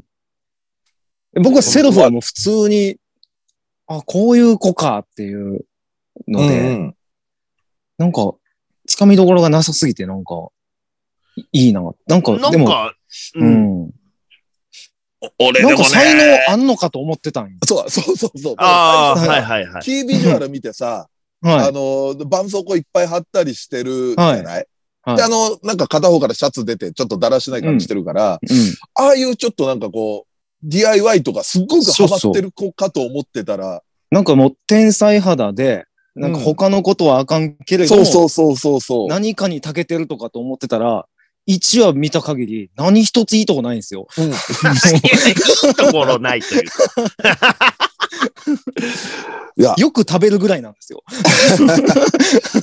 [SPEAKER 2] 僕はセルフはもう普通に、あ、こういう子かっていうので、
[SPEAKER 1] うん
[SPEAKER 2] なんか、つかみどころがなさすぎて、なんか、いいいな。なんか、
[SPEAKER 3] な
[SPEAKER 2] で
[SPEAKER 3] ん
[SPEAKER 2] も、
[SPEAKER 3] か、
[SPEAKER 2] う
[SPEAKER 3] うん。
[SPEAKER 2] ん。
[SPEAKER 3] 俺
[SPEAKER 2] なんか才能あんのかと思ってたんよ。
[SPEAKER 1] そうそうそうそう。
[SPEAKER 3] ああ、
[SPEAKER 1] だか
[SPEAKER 3] はい
[SPEAKER 1] ら最初さ
[SPEAKER 3] はいはい。
[SPEAKER 1] キービジュアル見てさ、あ
[SPEAKER 2] は
[SPEAKER 1] の、絆創膏いっぱい貼ったりしてるじゃない、
[SPEAKER 2] はい
[SPEAKER 1] で、あの、なんか片方からシャツ出て、ちょっとだらしない感じしてるから、
[SPEAKER 2] い。うん。
[SPEAKER 1] ああいうちょっとなんかこう、DIY とかすっごくハマってる子かと思ってたら、
[SPEAKER 2] なんかもう天才肌で、なんか他のことはあかんけれども、
[SPEAKER 1] そうそうそうそうそう。
[SPEAKER 2] 何かに長けてるとかと思ってたら、 1話見た限り、何一ついいとこないんですよ。
[SPEAKER 3] いやいいところないというか。
[SPEAKER 1] いや、
[SPEAKER 2] (laughs) よく食べるぐらいなんですよ。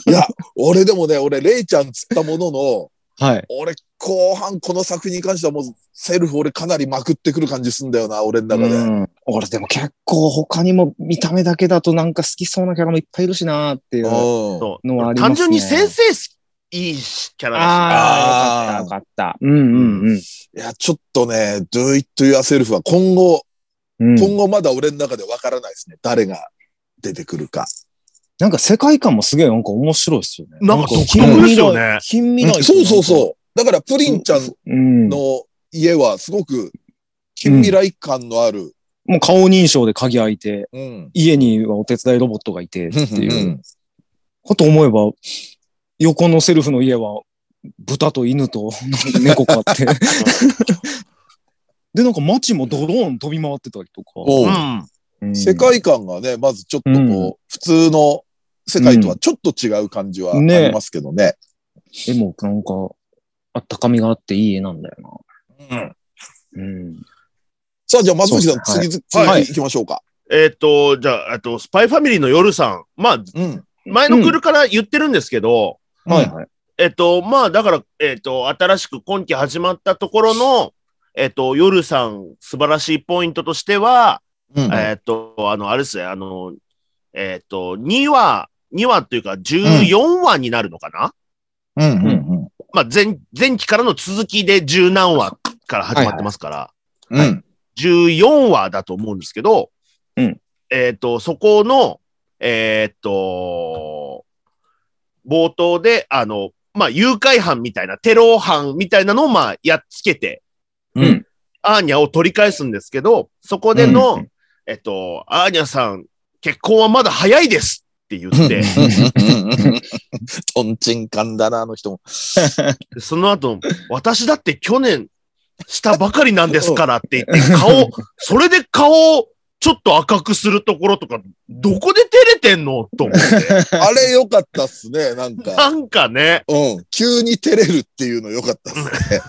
[SPEAKER 1] いや、俺でもね、俺、レイちゃんつったものの、
[SPEAKER 2] はい。
[SPEAKER 1] 俺、後半この作品に関してはもう、セルフ俺かなりまくってくる感じすんだよな、俺の中で。
[SPEAKER 2] うん俺でも結構他にも見た目だけだとなんか好きそうなキャラもいっぱいいるしなーっていう
[SPEAKER 1] うん
[SPEAKER 3] そう
[SPEAKER 2] のはあります
[SPEAKER 3] 単
[SPEAKER 2] ね。
[SPEAKER 3] 純に先生すいいしキャラだし。
[SPEAKER 2] ああ、
[SPEAKER 1] あー
[SPEAKER 2] よかった、よかった。うんうん
[SPEAKER 1] いや、ちょっとね、do it yourself は今後、
[SPEAKER 2] うん。うん
[SPEAKER 1] 今後まだ俺の中でわからないですね。誰が出てくるか。
[SPEAKER 2] なんか世界観もすげえなんか面白いですよね。
[SPEAKER 3] なんか独特
[SPEAKER 2] 近
[SPEAKER 3] で
[SPEAKER 2] 未
[SPEAKER 3] すよ
[SPEAKER 2] 来
[SPEAKER 3] ね。
[SPEAKER 2] 近未来。
[SPEAKER 1] そうそうそう。だから、プリンちゃん
[SPEAKER 2] う。うん。も
[SPEAKER 1] の家はすごく近未来感のある、
[SPEAKER 2] う顔認証で鍵開いて、
[SPEAKER 1] うん。
[SPEAKER 2] 家にはお手伝いロボットがいてっていううんこと思えば、横のセルフの家は豚と犬となんか猫飼って。で、なんか街もドローン飛び回ってたりとか。
[SPEAKER 1] おう
[SPEAKER 3] うん。
[SPEAKER 2] うん
[SPEAKER 1] 世界観がね、まずちょっとこう、
[SPEAKER 2] うん
[SPEAKER 1] 普通の世界とはちょっと違う感じはあ
[SPEAKER 2] ね
[SPEAKER 1] りますけどね。
[SPEAKER 2] でもなんか、あったかみがあっていい絵なんだよ
[SPEAKER 1] うん
[SPEAKER 2] な。うん。
[SPEAKER 1] さあ、じゃあ、松崎さん、
[SPEAKER 2] そう
[SPEAKER 1] 次、
[SPEAKER 2] で
[SPEAKER 1] 次
[SPEAKER 2] はい
[SPEAKER 1] 行きましょうか。
[SPEAKER 3] えっと、じゃあ、あと、スパイファミリーの夜さん。まあ、
[SPEAKER 1] うん。
[SPEAKER 3] 前のクールから言ってるんですけど、
[SPEAKER 2] はいはい。
[SPEAKER 3] えっと、まあ、だから、えっと、新しく今季始まったところの、えっと、夜さん、素晴らしいポイントとしては、
[SPEAKER 1] うん。
[SPEAKER 3] えっと、あの、あれですね、あの、えっと、2話、2話というか、14話になるのかな、
[SPEAKER 1] うんうん
[SPEAKER 3] まあ、前、前期からの続きで十何話から始まってますから、
[SPEAKER 1] うん。うん。
[SPEAKER 3] 14話だと思うんですけど、
[SPEAKER 2] うん
[SPEAKER 3] えっ、と、そこの、えっ、と、冒頭で、あの、まあ、誘拐犯みたいな、テロ犯みたいなのを、まあ、やっつけて、
[SPEAKER 1] うん
[SPEAKER 3] アーニャを取り返すんですけど、そこでの、
[SPEAKER 2] うん
[SPEAKER 3] えっ、と、アーニャさん、結婚はまだ早いですって言
[SPEAKER 2] (laughs)
[SPEAKER 3] って、
[SPEAKER 1] とんちんかんだな、あの人も。
[SPEAKER 3] でその後、私だって去年したばかりなんですからって言って、顔、それで顔をちょっと赤くするところとか、どこで照れてんのと思って。
[SPEAKER 1] あれ良かったっすね、なんか。
[SPEAKER 3] なんかね、
[SPEAKER 1] うん。急に照れるっていうの良かったっすね。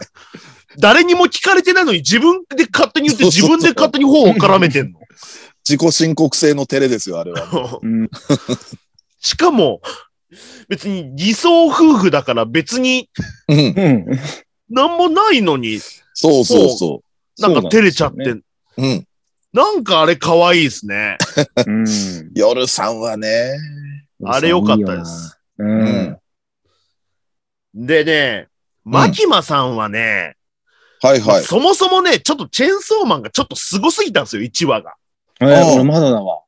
[SPEAKER 3] 誰にも聞かれてないのに自分で勝手に言って自分で勝手に頬を絡めてんの。
[SPEAKER 1] 自己申告制の照れですよ、あれは。
[SPEAKER 2] うん。
[SPEAKER 3] しかも、別に偽装夫婦だから別に
[SPEAKER 1] うん。
[SPEAKER 2] うん。
[SPEAKER 3] 何もないのに、
[SPEAKER 1] そうそうそ
[SPEAKER 3] なんか照れちゃって、
[SPEAKER 1] う。うん。
[SPEAKER 3] なんかあれ可愛いですね。
[SPEAKER 2] うん。
[SPEAKER 1] 夜さんはね。
[SPEAKER 3] あれ良かったです。
[SPEAKER 2] う。。
[SPEAKER 1] うん
[SPEAKER 3] でね、マキマさんはね、
[SPEAKER 1] はいはい。
[SPEAKER 3] そもそもね、ちょっとチェーンソーマンがちょっと凄すぎたんですよ、1話が。
[SPEAKER 2] えー、俺まだだわ。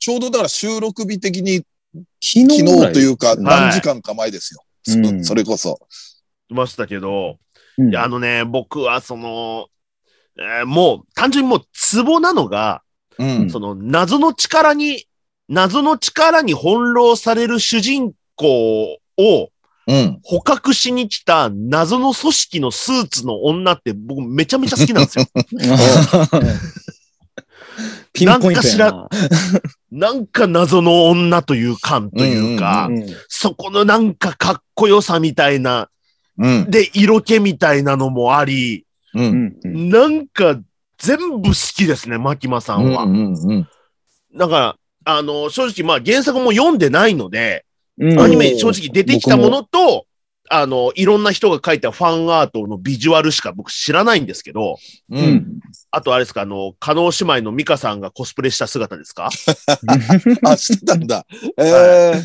[SPEAKER 1] ちょうどだから収録日的に
[SPEAKER 2] 昨
[SPEAKER 1] 昨
[SPEAKER 2] ぐら
[SPEAKER 1] 日というか、
[SPEAKER 2] ん
[SPEAKER 3] はい
[SPEAKER 1] 何時間か前ですよ。そ
[SPEAKER 2] うん
[SPEAKER 1] それこそ。
[SPEAKER 3] ましたけど、
[SPEAKER 2] うん
[SPEAKER 3] いやあのね、僕はその、えーもう、単純にもう、ツボなのが、
[SPEAKER 1] うん。
[SPEAKER 3] その、謎の力に、謎の力に翻弄される主人公を
[SPEAKER 1] うん。
[SPEAKER 3] 捕獲しに来た謎の組織のスーツの女って僕めちゃめちゃ好きなんですよ。
[SPEAKER 2] (laughs) ピンポイントやな。 (laughs)
[SPEAKER 3] なんか謎の女という感というか、
[SPEAKER 2] うん
[SPEAKER 3] そこのなんかかっこよさみたいな、
[SPEAKER 1] うん。
[SPEAKER 3] で、色気みたいなのもあり、
[SPEAKER 2] う
[SPEAKER 1] う。
[SPEAKER 2] んんうん
[SPEAKER 3] なんか全部好きですね、マキマさ
[SPEAKER 1] うんん
[SPEAKER 3] は。
[SPEAKER 1] うん
[SPEAKER 3] だから、あの、正直まあ原作も読んでないので、
[SPEAKER 2] うん
[SPEAKER 3] アニメに正直出てきたものと、あの、いろんな人が書いたファンアートのビジュアルしか僕知らないんですけど、
[SPEAKER 1] う。
[SPEAKER 2] うんん。
[SPEAKER 3] あとあれですか、あの、加納姉妹のミカさんがコスプレした姿ですか
[SPEAKER 1] あ、してたん (laughs) だ。えー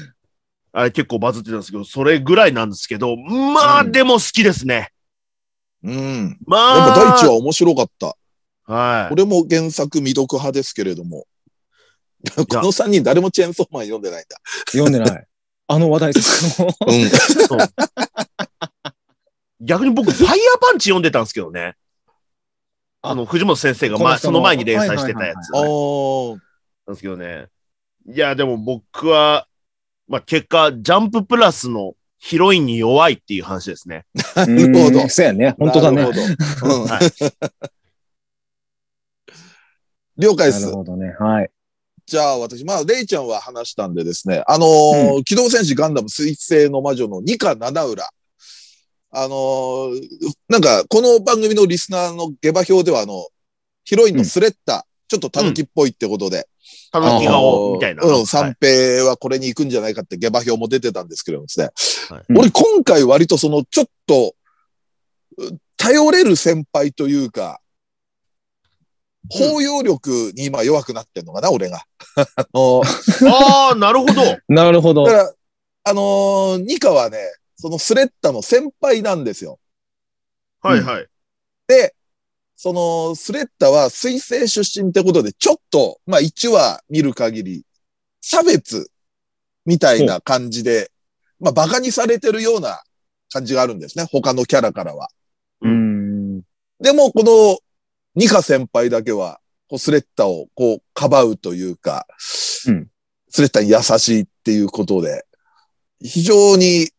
[SPEAKER 3] あれ結構バズってたんですけど、それぐらいなんですけど、まあ
[SPEAKER 2] うん
[SPEAKER 3] でも好きですね。
[SPEAKER 1] うん。でも
[SPEAKER 3] まあ。
[SPEAKER 1] 第一話面白かった。
[SPEAKER 3] はい。
[SPEAKER 1] 俺も原作未読派ですけれども。この3人誰もチェーンソーマン読んでないんだ。
[SPEAKER 2] 読んでない。あの話題ですか
[SPEAKER 1] うん。 (laughs)
[SPEAKER 3] 逆に僕、ファイヤーパンチ読んでたんですけどね。あの、藤本先生が、まあ、
[SPEAKER 2] この人
[SPEAKER 3] そ
[SPEAKER 2] の
[SPEAKER 3] の前に連載してたやつ。な
[SPEAKER 1] あ
[SPEAKER 3] ん
[SPEAKER 1] ー
[SPEAKER 3] ですけどね。いや、でも僕は、まあ、結果、ジャンププラスのヒロインに弱いっていう話ですね。
[SPEAKER 2] な
[SPEAKER 1] るほど
[SPEAKER 2] そうやね。本当だ
[SPEAKER 1] な
[SPEAKER 2] ね
[SPEAKER 1] る。ほどうん
[SPEAKER 3] は
[SPEAKER 1] 了解で
[SPEAKER 2] な
[SPEAKER 1] す
[SPEAKER 2] る。ほどね。はい。
[SPEAKER 1] じゃあ私、まあ、レイちゃんは話したんでですね、あのー機動戦士ガンダム水星の魔女のニカ・ナナウラ。あのーなんか、この番組のリスナーの下馬評では、あの、ヒロインのスレッタ、ちょっと狸っぽいってことで、
[SPEAKER 3] た
[SPEAKER 1] (laughs) あ
[SPEAKER 3] ぬき
[SPEAKER 1] の
[SPEAKER 3] 顔
[SPEAKER 1] ー
[SPEAKER 3] みたいな。
[SPEAKER 1] うん、
[SPEAKER 3] は
[SPEAKER 1] 三
[SPEAKER 3] い
[SPEAKER 1] 平はこれに行くんじゃないかって下馬評も出てたんですけどですね。
[SPEAKER 3] はい
[SPEAKER 2] うん
[SPEAKER 1] 俺、今回割とその、ちょっと、う頼れる先輩というか、
[SPEAKER 3] うん
[SPEAKER 1] 包容力に今弱くなってんのかな、俺が。 (laughs) あのー
[SPEAKER 3] ああ、なるほ
[SPEAKER 1] (laughs)
[SPEAKER 3] ど。
[SPEAKER 2] なるほど
[SPEAKER 1] だ。から、あのーニカはね、そのスレッタの先輩なんですよ。
[SPEAKER 3] はいはい。
[SPEAKER 1] で、その、スレッタは水星出身ってことで、ちょっと、まあ、1話見る限り、差別みたいな感じで、まあ、馬鹿にされてるような感じがあるんですね。他のキャラからは。
[SPEAKER 2] うん。
[SPEAKER 1] でも、この、ニカ先輩だけは、こうスレッタを、こう、かばうというか、
[SPEAKER 2] うん
[SPEAKER 1] スレッタに優しいっていうことで、非常に、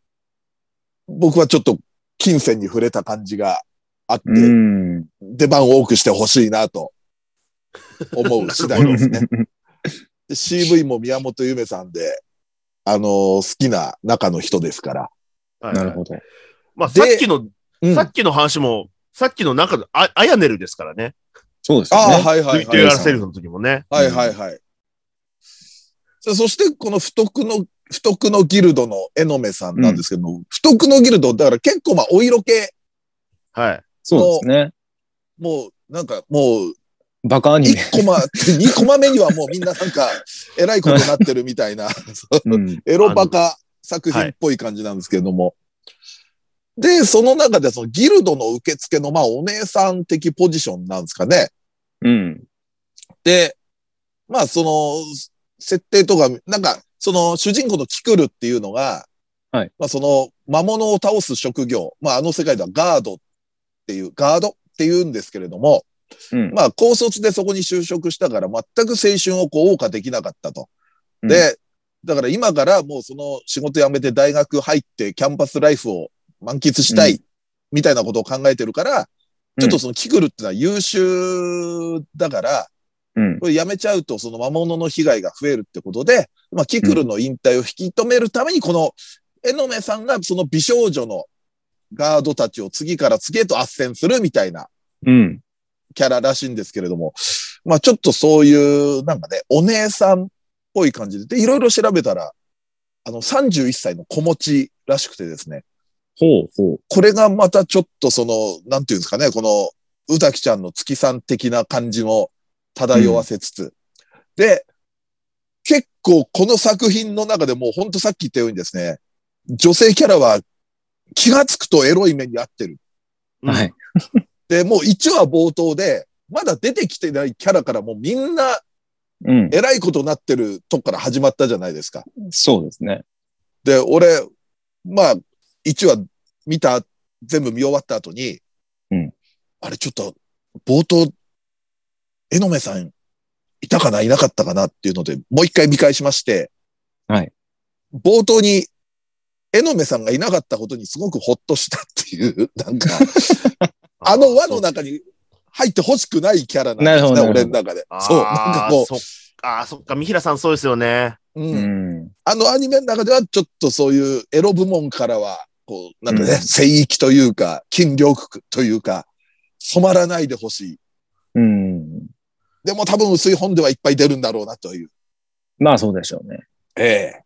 [SPEAKER 1] 僕はちょっと、金銭に触れた感じがあって、
[SPEAKER 2] うん。
[SPEAKER 1] 出番を多くしてほしいなと思う次第 (laughs) で
[SPEAKER 2] (laughs)
[SPEAKER 1] すね。で CV も宮本ゆめさんで、あのー好きな中の人ですから。
[SPEAKER 3] はい
[SPEAKER 2] なるほど。
[SPEAKER 3] まあ、さ
[SPEAKER 1] で
[SPEAKER 3] っきの、さっきの話も、さっきの中の、あ、あやねるですからね。
[SPEAKER 2] そうです
[SPEAKER 1] ああ、
[SPEAKER 2] よね。
[SPEAKER 1] はいは
[SPEAKER 3] はいい、
[SPEAKER 1] は
[SPEAKER 3] デ
[SPEAKER 1] い。
[SPEAKER 3] ュエラセルフの時もね。
[SPEAKER 1] はいはいはい。そそして、この不徳の、不徳のギルドの江ノ目さんなんですけども、不徳のギルド、だから結構まあ、お色気、
[SPEAKER 3] はい。
[SPEAKER 2] そうですね。
[SPEAKER 1] もう、なんかもう、
[SPEAKER 2] バカアニメ。
[SPEAKER 1] 1コマ、2コ (laughs) マ目にはもうみんななんか、えらいことになってるみたい (laughs) な、
[SPEAKER 2] うん。
[SPEAKER 1] エロバカ作品っぽい感じなんですけれども。で、その中でそのギルドの受付のまあお姉さん的ポジションなんですかね。
[SPEAKER 2] うん。
[SPEAKER 1] で、まあその設定とか、なんかその主人公のキクルっていうのが、
[SPEAKER 2] はい
[SPEAKER 1] まあその魔物を倒す職業、まああの世界ではガードっていう、ガードっていうんですけれども、
[SPEAKER 2] うん
[SPEAKER 1] まあ高卒でそこに就職したから全く青春をこう謳歌できなかったと。
[SPEAKER 2] うん
[SPEAKER 1] で、だから今からもうその仕事辞めて大学入ってキャンパスライフを満喫した
[SPEAKER 2] う
[SPEAKER 1] いみたいなことを考えてるから、
[SPEAKER 2] うん
[SPEAKER 1] ちょっとそのキクルってのは優秀だから、
[SPEAKER 2] うん。
[SPEAKER 1] これ辞めちゃうとその魔物の被害が増えるってことで、まあキクルの引退を引き止めるためにこの江ノ目さんがその美少女のガードたちを次から次へと斡旋するみたいな
[SPEAKER 2] うん。
[SPEAKER 1] キャラらしいんですけれども、まあちょっとそういう、なんかね、お姉さんっぽい感じで、で、いろいろ調べたら、あの、31歳の子持ちらしくてですね、
[SPEAKER 2] ほうほう。
[SPEAKER 1] これがまたちょっとその、なんていうんですかね、この、うたきちゃんの月さん的な感じも漂わせつつ、で、結構この作品の中でもうほんとさっき言ったようにですね、女性キャラは気がつくとエロい目に遭ってる。
[SPEAKER 3] うん
[SPEAKER 2] はい。
[SPEAKER 1] で、もう1話冒頭で、まだ出てきてないキャラからもうみんな
[SPEAKER 2] うん。
[SPEAKER 1] 偉いことになってるとこから始まったじゃないですか。
[SPEAKER 2] そうですね。
[SPEAKER 1] で、俺、まあ、1話見た、全部見終わった後に、
[SPEAKER 2] うん
[SPEAKER 1] あれちょっと、冒頭、江ノ目さん、いたかないなかったかなっていうので、もう一回見返しまして、
[SPEAKER 2] はい
[SPEAKER 1] 冒頭に、江ノ目さんがいなかったことにすごくほっとしたっていう、なんか、あの輪の中に入ってほしくないキャラなんです
[SPEAKER 2] な
[SPEAKER 1] ね、
[SPEAKER 2] るほど
[SPEAKER 1] 俺の中で。
[SPEAKER 3] あー
[SPEAKER 1] そう、なんかこ
[SPEAKER 3] そっか、そっか、三平さんそうですよね。
[SPEAKER 1] う、うん
[SPEAKER 2] うん。
[SPEAKER 1] あのアニメの中ではちょっとそういうエロ部門からは、こう、なんかね、
[SPEAKER 2] うん
[SPEAKER 1] 聖域というか、筋力というか、染まらないでほしい。
[SPEAKER 2] うん。
[SPEAKER 1] でも多分薄い本ではいっぱい出るんだろうなという。
[SPEAKER 2] まあそうでしょうね。
[SPEAKER 1] ええ。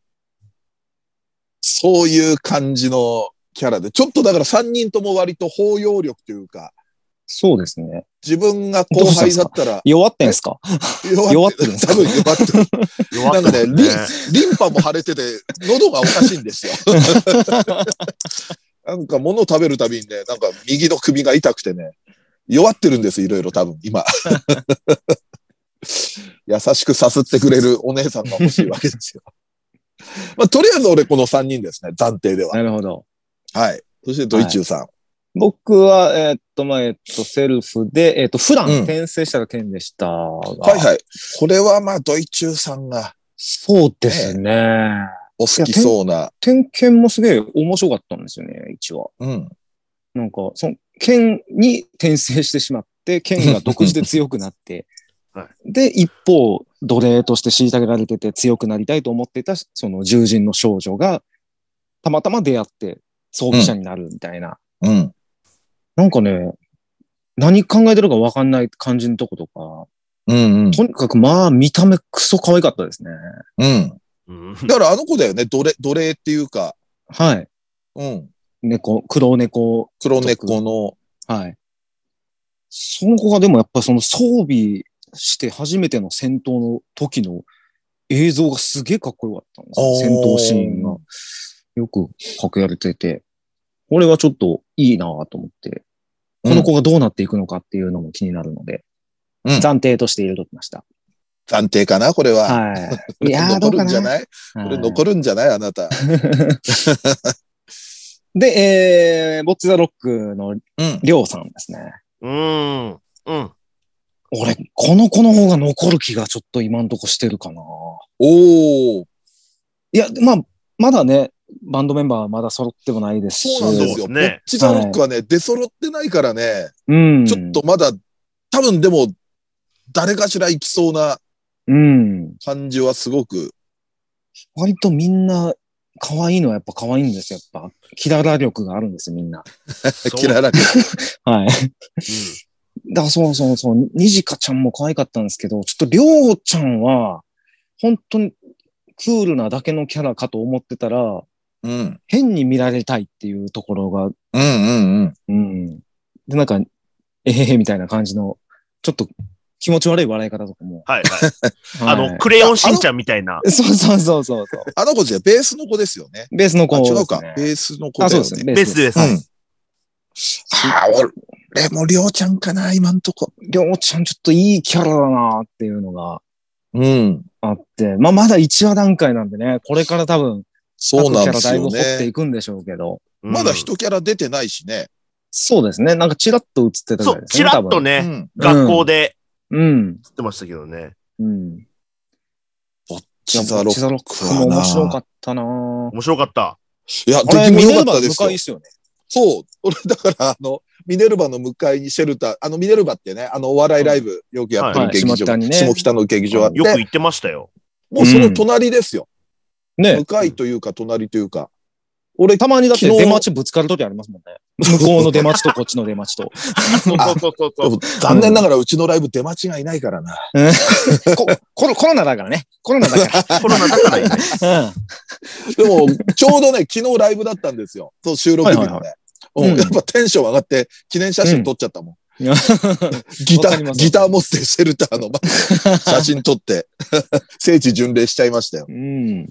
[SPEAKER 1] そういう感じのキャラで、ちょっとだから3人とも割と包容力というか、
[SPEAKER 2] そうですね。
[SPEAKER 1] 自分が後輩だったら
[SPEAKER 2] 弱ってんすか
[SPEAKER 1] 弱って
[SPEAKER 2] 弱ってるん
[SPEAKER 1] る。
[SPEAKER 2] です
[SPEAKER 1] 多
[SPEAKER 2] か
[SPEAKER 1] 分弱ってる。
[SPEAKER 3] 弱
[SPEAKER 1] なん
[SPEAKER 3] って
[SPEAKER 1] か
[SPEAKER 3] ま
[SPEAKER 1] ね、
[SPEAKER 3] す
[SPEAKER 1] リ
[SPEAKER 3] ね
[SPEAKER 1] ンリンパも腫れてて、喉がおかしいん (laughs) ですよ。なんか物を食べるたびにね、なんか右の首が痛くてね、弱ってるんです、いろいろ多分、 (laughs) 今。優しくさすってくれるお姉さんが欲しいわけですよ。まあ、とりあえず俺この3人ですね、暫定では。
[SPEAKER 2] なるほど。
[SPEAKER 1] はい。そしてドイチューさん。
[SPEAKER 2] 僕は、えーっと、まあ、えーっと、セルフで、えーっと、普段
[SPEAKER 1] うん
[SPEAKER 2] 転生したら剣でしたが、
[SPEAKER 1] はい、はいはいこれはまあ、ドイチューさんが
[SPEAKER 2] そうですね。
[SPEAKER 1] お好きそうな。
[SPEAKER 2] 点検もすげえ面白かったんですよね、一話。
[SPEAKER 1] うん。
[SPEAKER 2] なんか、その、剣に転生してしまって、剣が独自で強くな
[SPEAKER 1] (laughs)
[SPEAKER 2] って、
[SPEAKER 3] は
[SPEAKER 2] で、一方、奴隷として虐げられてて強くなりたいと思っていた、その獣人の少女が、たまたま出会って、葬儀者になるみたいな
[SPEAKER 1] うん。
[SPEAKER 2] なんかね、何考えてるかわかんない感じのとことか、
[SPEAKER 1] うんうん。
[SPEAKER 2] とにかくまあ見た目クソ可愛かったですね。
[SPEAKER 1] うん。
[SPEAKER 3] うん。
[SPEAKER 1] だからあの子だよね、奴隷、奴隷っていうか、
[SPEAKER 2] はい。
[SPEAKER 1] うん。
[SPEAKER 2] 猫、黒猫、
[SPEAKER 1] 黒猫の、
[SPEAKER 2] はい。その子がでもやっぱその装備して初めての戦闘の時の映像がすげえかっこよかったんですよ。戦
[SPEAKER 1] おー
[SPEAKER 2] 闘シーンがよくかけられてて、これはちょっといいなぁと思って、この子がどうなっていくのかっていうのも気になるので、
[SPEAKER 1] うん
[SPEAKER 2] 暫定として入れときました。
[SPEAKER 1] 暫定かなこれは。
[SPEAKER 2] はい。いやーど
[SPEAKER 1] (laughs) 残
[SPEAKER 2] う
[SPEAKER 1] る
[SPEAKER 2] か
[SPEAKER 1] んじゃない
[SPEAKER 2] な
[SPEAKER 1] これ残るんじゃないあなた。
[SPEAKER 2] で、えー、ボッチザロックの
[SPEAKER 1] うん。
[SPEAKER 2] りょうさんですね。
[SPEAKER 3] うん。うん。
[SPEAKER 2] 俺、この子の方が残る気がちょっと今んとこしてるかな。
[SPEAKER 1] おー。
[SPEAKER 2] いや、まあ、まだね、バンドメンバーはまだ揃ってもないですし。
[SPEAKER 1] そうなんです
[SPEAKER 3] そ
[SPEAKER 1] よ。
[SPEAKER 3] う
[SPEAKER 1] こ
[SPEAKER 3] ですね
[SPEAKER 1] っちザロックはね、出揃ってないからね、
[SPEAKER 2] うん
[SPEAKER 1] ちょっと。まだ、多分でも、誰かしら行きそうな
[SPEAKER 2] うん。
[SPEAKER 1] 感じはすごく。
[SPEAKER 2] 割とみんな、可愛いのはやっぱ可愛いんですよ。やっぱ、キララ力があるんですよ、みんな。
[SPEAKER 3] そう
[SPEAKER 1] キララ。
[SPEAKER 2] はい。だからそうそうそう、にじかちゃんも可愛かったんですけど、ちょっとりょうちゃんは、本当にクールなだけのキャラかと思ってたら、
[SPEAKER 1] うん。うん
[SPEAKER 2] 変に見られたいっていうところが、
[SPEAKER 1] うんうん。
[SPEAKER 2] うん。で、なんか、えへへみたいな感じの、ちょっと気持ち悪い笑い方とかも。
[SPEAKER 1] (laughs)
[SPEAKER 3] はいはい。あ
[SPEAKER 2] は
[SPEAKER 3] の、
[SPEAKER 2] い
[SPEAKER 3] クレヨンしんちゃんみたいな。
[SPEAKER 2] そうそうそうそうそう。
[SPEAKER 1] あの子じゃベースの子ですよね。
[SPEAKER 2] ベースの子
[SPEAKER 1] あ、
[SPEAKER 2] ですね、
[SPEAKER 1] 違うか。ベースの子
[SPEAKER 2] あ、
[SPEAKER 1] だ
[SPEAKER 2] そう
[SPEAKER 1] よ
[SPEAKER 2] ですね。ベ
[SPEAKER 1] ね。
[SPEAKER 3] ベ
[SPEAKER 2] ー
[SPEAKER 3] ー
[SPEAKER 2] ス
[SPEAKER 3] ス
[SPEAKER 2] で。
[SPEAKER 3] ですす。
[SPEAKER 1] う
[SPEAKER 3] は
[SPEAKER 1] ん
[SPEAKER 3] い。
[SPEAKER 1] ああ、俺もりょうちゃんかな、今んとこ。
[SPEAKER 2] りょうちゃんちょっといいキャラだなっていうのが
[SPEAKER 1] うん。
[SPEAKER 2] あって、まあまだ1話段階なんでね、これから多分、
[SPEAKER 1] そうなんで
[SPEAKER 2] 各
[SPEAKER 1] す
[SPEAKER 2] キャラだいぶ
[SPEAKER 1] よ
[SPEAKER 2] 掘って
[SPEAKER 1] ね。
[SPEAKER 2] いくんでしょうけど。
[SPEAKER 3] うん
[SPEAKER 1] まだ。一キャラ出てないしね。
[SPEAKER 2] そうですね。なんかチラッと映ってたぐ
[SPEAKER 3] そ、
[SPEAKER 2] らいうですね。
[SPEAKER 3] ちらっと
[SPEAKER 1] う
[SPEAKER 3] ね、
[SPEAKER 1] ん。
[SPEAKER 2] 多分
[SPEAKER 3] 学校で
[SPEAKER 2] うん。
[SPEAKER 3] 言ってましたけどね。
[SPEAKER 2] うん。うん。
[SPEAKER 1] ぼっちザロック。
[SPEAKER 2] ロックも面白かったなぁ。
[SPEAKER 3] 面白かった。
[SPEAKER 1] いや、
[SPEAKER 2] あれ、
[SPEAKER 1] 出
[SPEAKER 2] ミ
[SPEAKER 1] 来も
[SPEAKER 2] ネ
[SPEAKER 1] 良
[SPEAKER 2] ル
[SPEAKER 1] かっ
[SPEAKER 2] バの
[SPEAKER 1] たです
[SPEAKER 2] 向
[SPEAKER 1] よ
[SPEAKER 2] かいで。すよね。
[SPEAKER 1] そう。俺、だから、あの、ミネルバの向かいにシェルター、あの、ミネルバってね、あの、お笑いライブ、よくやってる
[SPEAKER 2] はい
[SPEAKER 1] 劇場、
[SPEAKER 2] 下北にね
[SPEAKER 1] 下北の劇場あって、
[SPEAKER 3] よく言ってましたよ。
[SPEAKER 1] もうその隣ですよ。
[SPEAKER 2] ね
[SPEAKER 1] 向。かいというか、隣というか。
[SPEAKER 2] 俺、たまにだって
[SPEAKER 1] 昨日
[SPEAKER 2] 出待ちぶつかる時ありますもんね。向こうの出待ちとこっちの出待ちと。
[SPEAKER 3] そうそうそうそう
[SPEAKER 1] でも残念ながら、うちのライブ出待ちがいないからな。
[SPEAKER 2] (laughs) こコロコロナだからね。コロナだか
[SPEAKER 3] コロナだからいない。
[SPEAKER 2] ら。 (laughs) うん。
[SPEAKER 1] でも、ちょう
[SPEAKER 2] (laughs)
[SPEAKER 1] どね、昨日ライブだったんですよ。そう、収録日のね。
[SPEAKER 2] はいはい
[SPEAKER 1] うん
[SPEAKER 2] うん
[SPEAKER 1] やっぱテンション上がって、記念写真撮っち
[SPEAKER 2] (laughs)
[SPEAKER 1] ゃったもん。ギタ
[SPEAKER 2] わかりま
[SPEAKER 1] ー、
[SPEAKER 2] す
[SPEAKER 1] ギター持ってシェルターの
[SPEAKER 2] (laughs)
[SPEAKER 1] 前で写真撮って、 (laughs) 聖地巡礼しちゃいましたよ。
[SPEAKER 2] うん。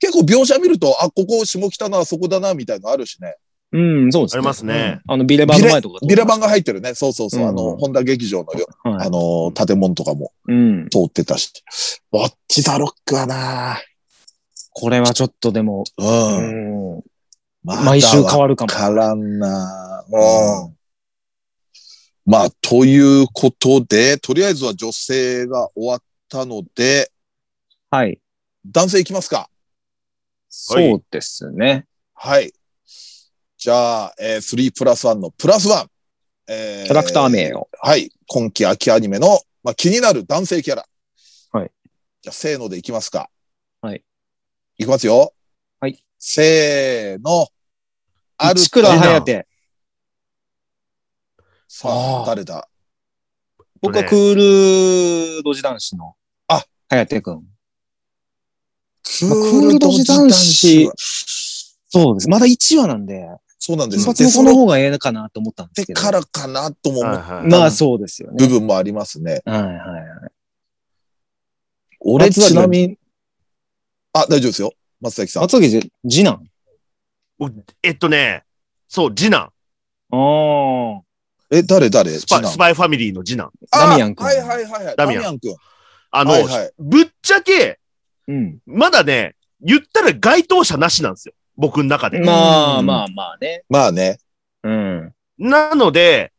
[SPEAKER 1] 結構描写見ると、あ、ここ下北な、そこだな、みたいのあるしね。
[SPEAKER 2] うん、そうです
[SPEAKER 3] ありますね。
[SPEAKER 2] あの、ビレバン
[SPEAKER 1] ビ
[SPEAKER 2] の
[SPEAKER 1] レ
[SPEAKER 2] 前とか。
[SPEAKER 1] ビレバンが入ってるね。そうそうそう。
[SPEAKER 2] うん
[SPEAKER 1] あの、本田劇場のよ、
[SPEAKER 2] は
[SPEAKER 1] あ
[SPEAKER 2] い。
[SPEAKER 1] の、建物とかも
[SPEAKER 2] うん。
[SPEAKER 1] 通ってたし。ぼっちザロックはな
[SPEAKER 2] これはちょっとでも、う
[SPEAKER 1] うん。
[SPEAKER 2] ん。
[SPEAKER 1] まだ
[SPEAKER 2] 毎週変わるかも。
[SPEAKER 1] わからんなうん。まあ、ということで、とりあえずは女性が終わったので、
[SPEAKER 2] はい。
[SPEAKER 1] 男性いきますか。
[SPEAKER 2] そうですね。
[SPEAKER 1] はい。じゃあ、えー、3プラス1のプラス1。え
[SPEAKER 2] キャラクター名を。
[SPEAKER 1] はい。今期秋アニメの、まあ、気になる男性キャラ。
[SPEAKER 2] はい。
[SPEAKER 1] じゃあ、せーのでいきますか。
[SPEAKER 2] はい。
[SPEAKER 1] いきますよ。
[SPEAKER 2] はい。
[SPEAKER 1] せーの。ある
[SPEAKER 2] 市倉隼
[SPEAKER 1] さ
[SPEAKER 2] あ
[SPEAKER 1] あ
[SPEAKER 2] ー、
[SPEAKER 1] 誰だ
[SPEAKER 2] 僕は
[SPEAKER 3] ね
[SPEAKER 2] クールドジ男子の。
[SPEAKER 1] あ、
[SPEAKER 2] 隼くん。
[SPEAKER 1] ク
[SPEAKER 2] まあクールドジ男子。そうです。まだ1話なんで、
[SPEAKER 1] そうなんです
[SPEAKER 2] 一
[SPEAKER 1] よ。
[SPEAKER 2] 発
[SPEAKER 1] 出
[SPEAKER 2] 目この
[SPEAKER 1] 揃っ
[SPEAKER 2] 方がええかなと思ったんですけ
[SPEAKER 1] て
[SPEAKER 2] ど。
[SPEAKER 1] からかなとも思う
[SPEAKER 3] はいはい
[SPEAKER 2] まあそうですよね。
[SPEAKER 1] 部分もありますね。
[SPEAKER 2] はいはいはい。
[SPEAKER 1] 俺、
[SPEAKER 2] 松崎
[SPEAKER 1] ちなみに、あ、大丈夫ですよ。松崎さん。
[SPEAKER 2] 松崎じ次男。
[SPEAKER 3] えっとね、そう、次男。
[SPEAKER 2] あ
[SPEAKER 1] え、誰誰
[SPEAKER 3] スパ
[SPEAKER 1] 次男
[SPEAKER 3] スパイファミリーの次男。
[SPEAKER 1] あ
[SPEAKER 2] ダミアン君
[SPEAKER 1] はいはいはいは
[SPEAKER 3] ダ
[SPEAKER 1] い。ダ
[SPEAKER 3] ミ
[SPEAKER 1] ミ
[SPEAKER 3] アン
[SPEAKER 1] アン君。
[SPEAKER 3] あの、
[SPEAKER 1] はいはい
[SPEAKER 3] ぶっちゃけ、
[SPEAKER 2] あ。うん。
[SPEAKER 3] まだね、言ったら該当者なしなんですよ。僕の中で。
[SPEAKER 2] まあまあまあね。
[SPEAKER 1] まあね。
[SPEAKER 2] うん。
[SPEAKER 3] なので、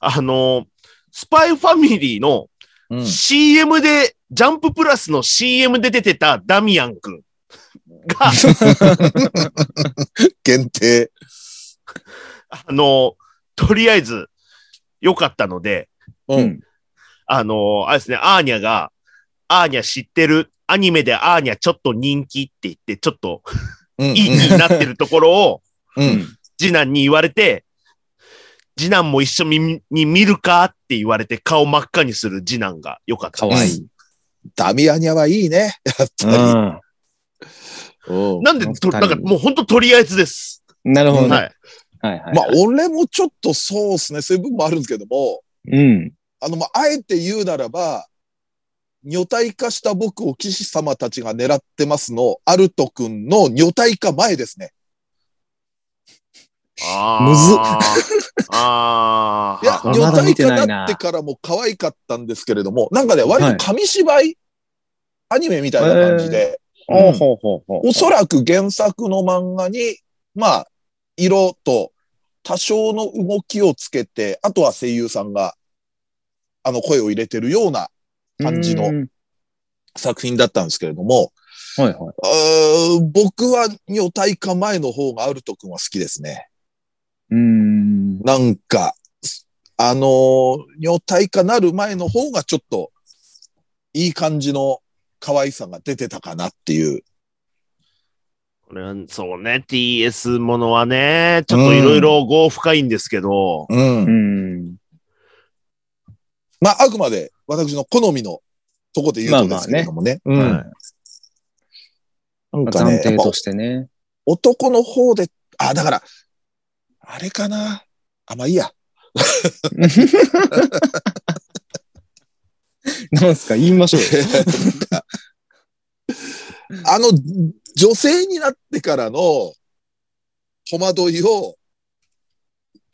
[SPEAKER 3] あの、スパイファミリーの
[SPEAKER 1] うん
[SPEAKER 3] CM で、ジャンププラスの CM で出てたダミアンくんが、
[SPEAKER 1] 限定。
[SPEAKER 3] あの、とりあえず良かったので、
[SPEAKER 1] うん
[SPEAKER 2] うん
[SPEAKER 3] あの、あれですね、アーニャが、アーニャ知ってる、アニメでアーニャちょっと人気って言って、ちょっと
[SPEAKER 1] うん。
[SPEAKER 3] いい気になってるところを、
[SPEAKER 1] うん。
[SPEAKER 3] 次男に言われて、次男も一緒にに見るかって言われて顔真っ赤にする次男が良かった
[SPEAKER 2] か
[SPEAKER 3] で
[SPEAKER 2] わい
[SPEAKER 3] す。
[SPEAKER 2] い。
[SPEAKER 1] ダミアニャはいいね。やっ
[SPEAKER 2] う
[SPEAKER 1] ぱ
[SPEAKER 2] ん。
[SPEAKER 1] り。うん
[SPEAKER 3] なんでと、
[SPEAKER 2] この二人
[SPEAKER 3] なんかもう本当とりあえずです。
[SPEAKER 2] なるほどね。
[SPEAKER 3] は
[SPEAKER 2] は
[SPEAKER 3] い。
[SPEAKER 2] いはいはい。
[SPEAKER 1] まあ、俺もちょっとそうですね。そういう部分もあるんですけども、
[SPEAKER 2] うん。
[SPEAKER 1] あの、まあ、あえて言うならば、女体化した僕を騎士様たちが狙ってますの、アルト君の女体化前ですね。
[SPEAKER 3] あ
[SPEAKER 2] むずっ
[SPEAKER 3] っ。ああ。
[SPEAKER 1] いや、
[SPEAKER 2] あ
[SPEAKER 1] 女
[SPEAKER 2] まだ
[SPEAKER 1] 体
[SPEAKER 2] 見て
[SPEAKER 1] 化
[SPEAKER 2] ないな
[SPEAKER 1] になってからも可愛かったんですけれども、なんかね、割と紙芝居、アニメみたいな感じで、
[SPEAKER 2] ほうほうほうほう。
[SPEAKER 1] おそらく原作の漫画に、まあ、色と多少の動きをつけて、あとは声優さんが、あの、声を入れてるような感じの
[SPEAKER 2] うん
[SPEAKER 1] 作品だったんですけれども、
[SPEAKER 2] はいはい。
[SPEAKER 1] うーん僕は女体化前の方がアルト君は好きですね。
[SPEAKER 2] うん。
[SPEAKER 1] なんか、あのー女体化なる前の方がちょっと、いい感じの可愛さが出てたかなっていう。
[SPEAKER 3] これはそうね、TS ものはね、ちょっといろいろ豪深いんですけど、
[SPEAKER 1] うん
[SPEAKER 2] う。ん。
[SPEAKER 1] まあ、あくまで私の好みのとこで言うとですけれどもね。
[SPEAKER 2] は
[SPEAKER 1] うん
[SPEAKER 2] い
[SPEAKER 1] なんかね
[SPEAKER 2] 暫、
[SPEAKER 1] やっ
[SPEAKER 2] 定
[SPEAKER 1] ぱ
[SPEAKER 2] としてね。
[SPEAKER 1] 男の方で、あ、だから、あれかな。あ、まあいいや。
[SPEAKER 2] (laughs) なんすか言いましょうよ。
[SPEAKER 1] あの、女性になってからの戸惑いを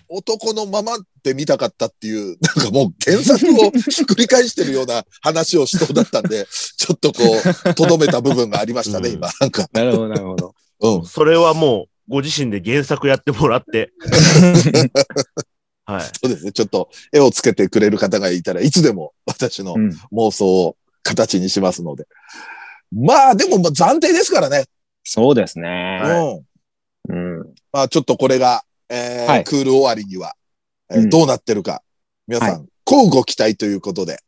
[SPEAKER 1] 男のままで見たかったっていう、なんかもう原作をひっくり返してるような話をしそうだったんで、 (laughs) ちょっとこう、とどめた部分がありましたね、
[SPEAKER 3] うん
[SPEAKER 1] 今。なんか、
[SPEAKER 2] なるほど、なるほ (laughs) ど。
[SPEAKER 1] うん。
[SPEAKER 3] それはもうご自身で原作やってもらって、はい。
[SPEAKER 1] そうですね。ちょっと絵をつけてくれる方がいたらいつでも私の
[SPEAKER 2] うん
[SPEAKER 1] 妄想を形にしますので。まあでもまあ暫定ですからね。
[SPEAKER 2] そうですね。う
[SPEAKER 1] うん。
[SPEAKER 2] ん。
[SPEAKER 1] まあちょっとこれが、えー
[SPEAKER 2] はい
[SPEAKER 1] クール終わりには、えー
[SPEAKER 2] うん
[SPEAKER 1] どうなってるか、皆さん、
[SPEAKER 2] は。
[SPEAKER 1] 乞うご期待ということで、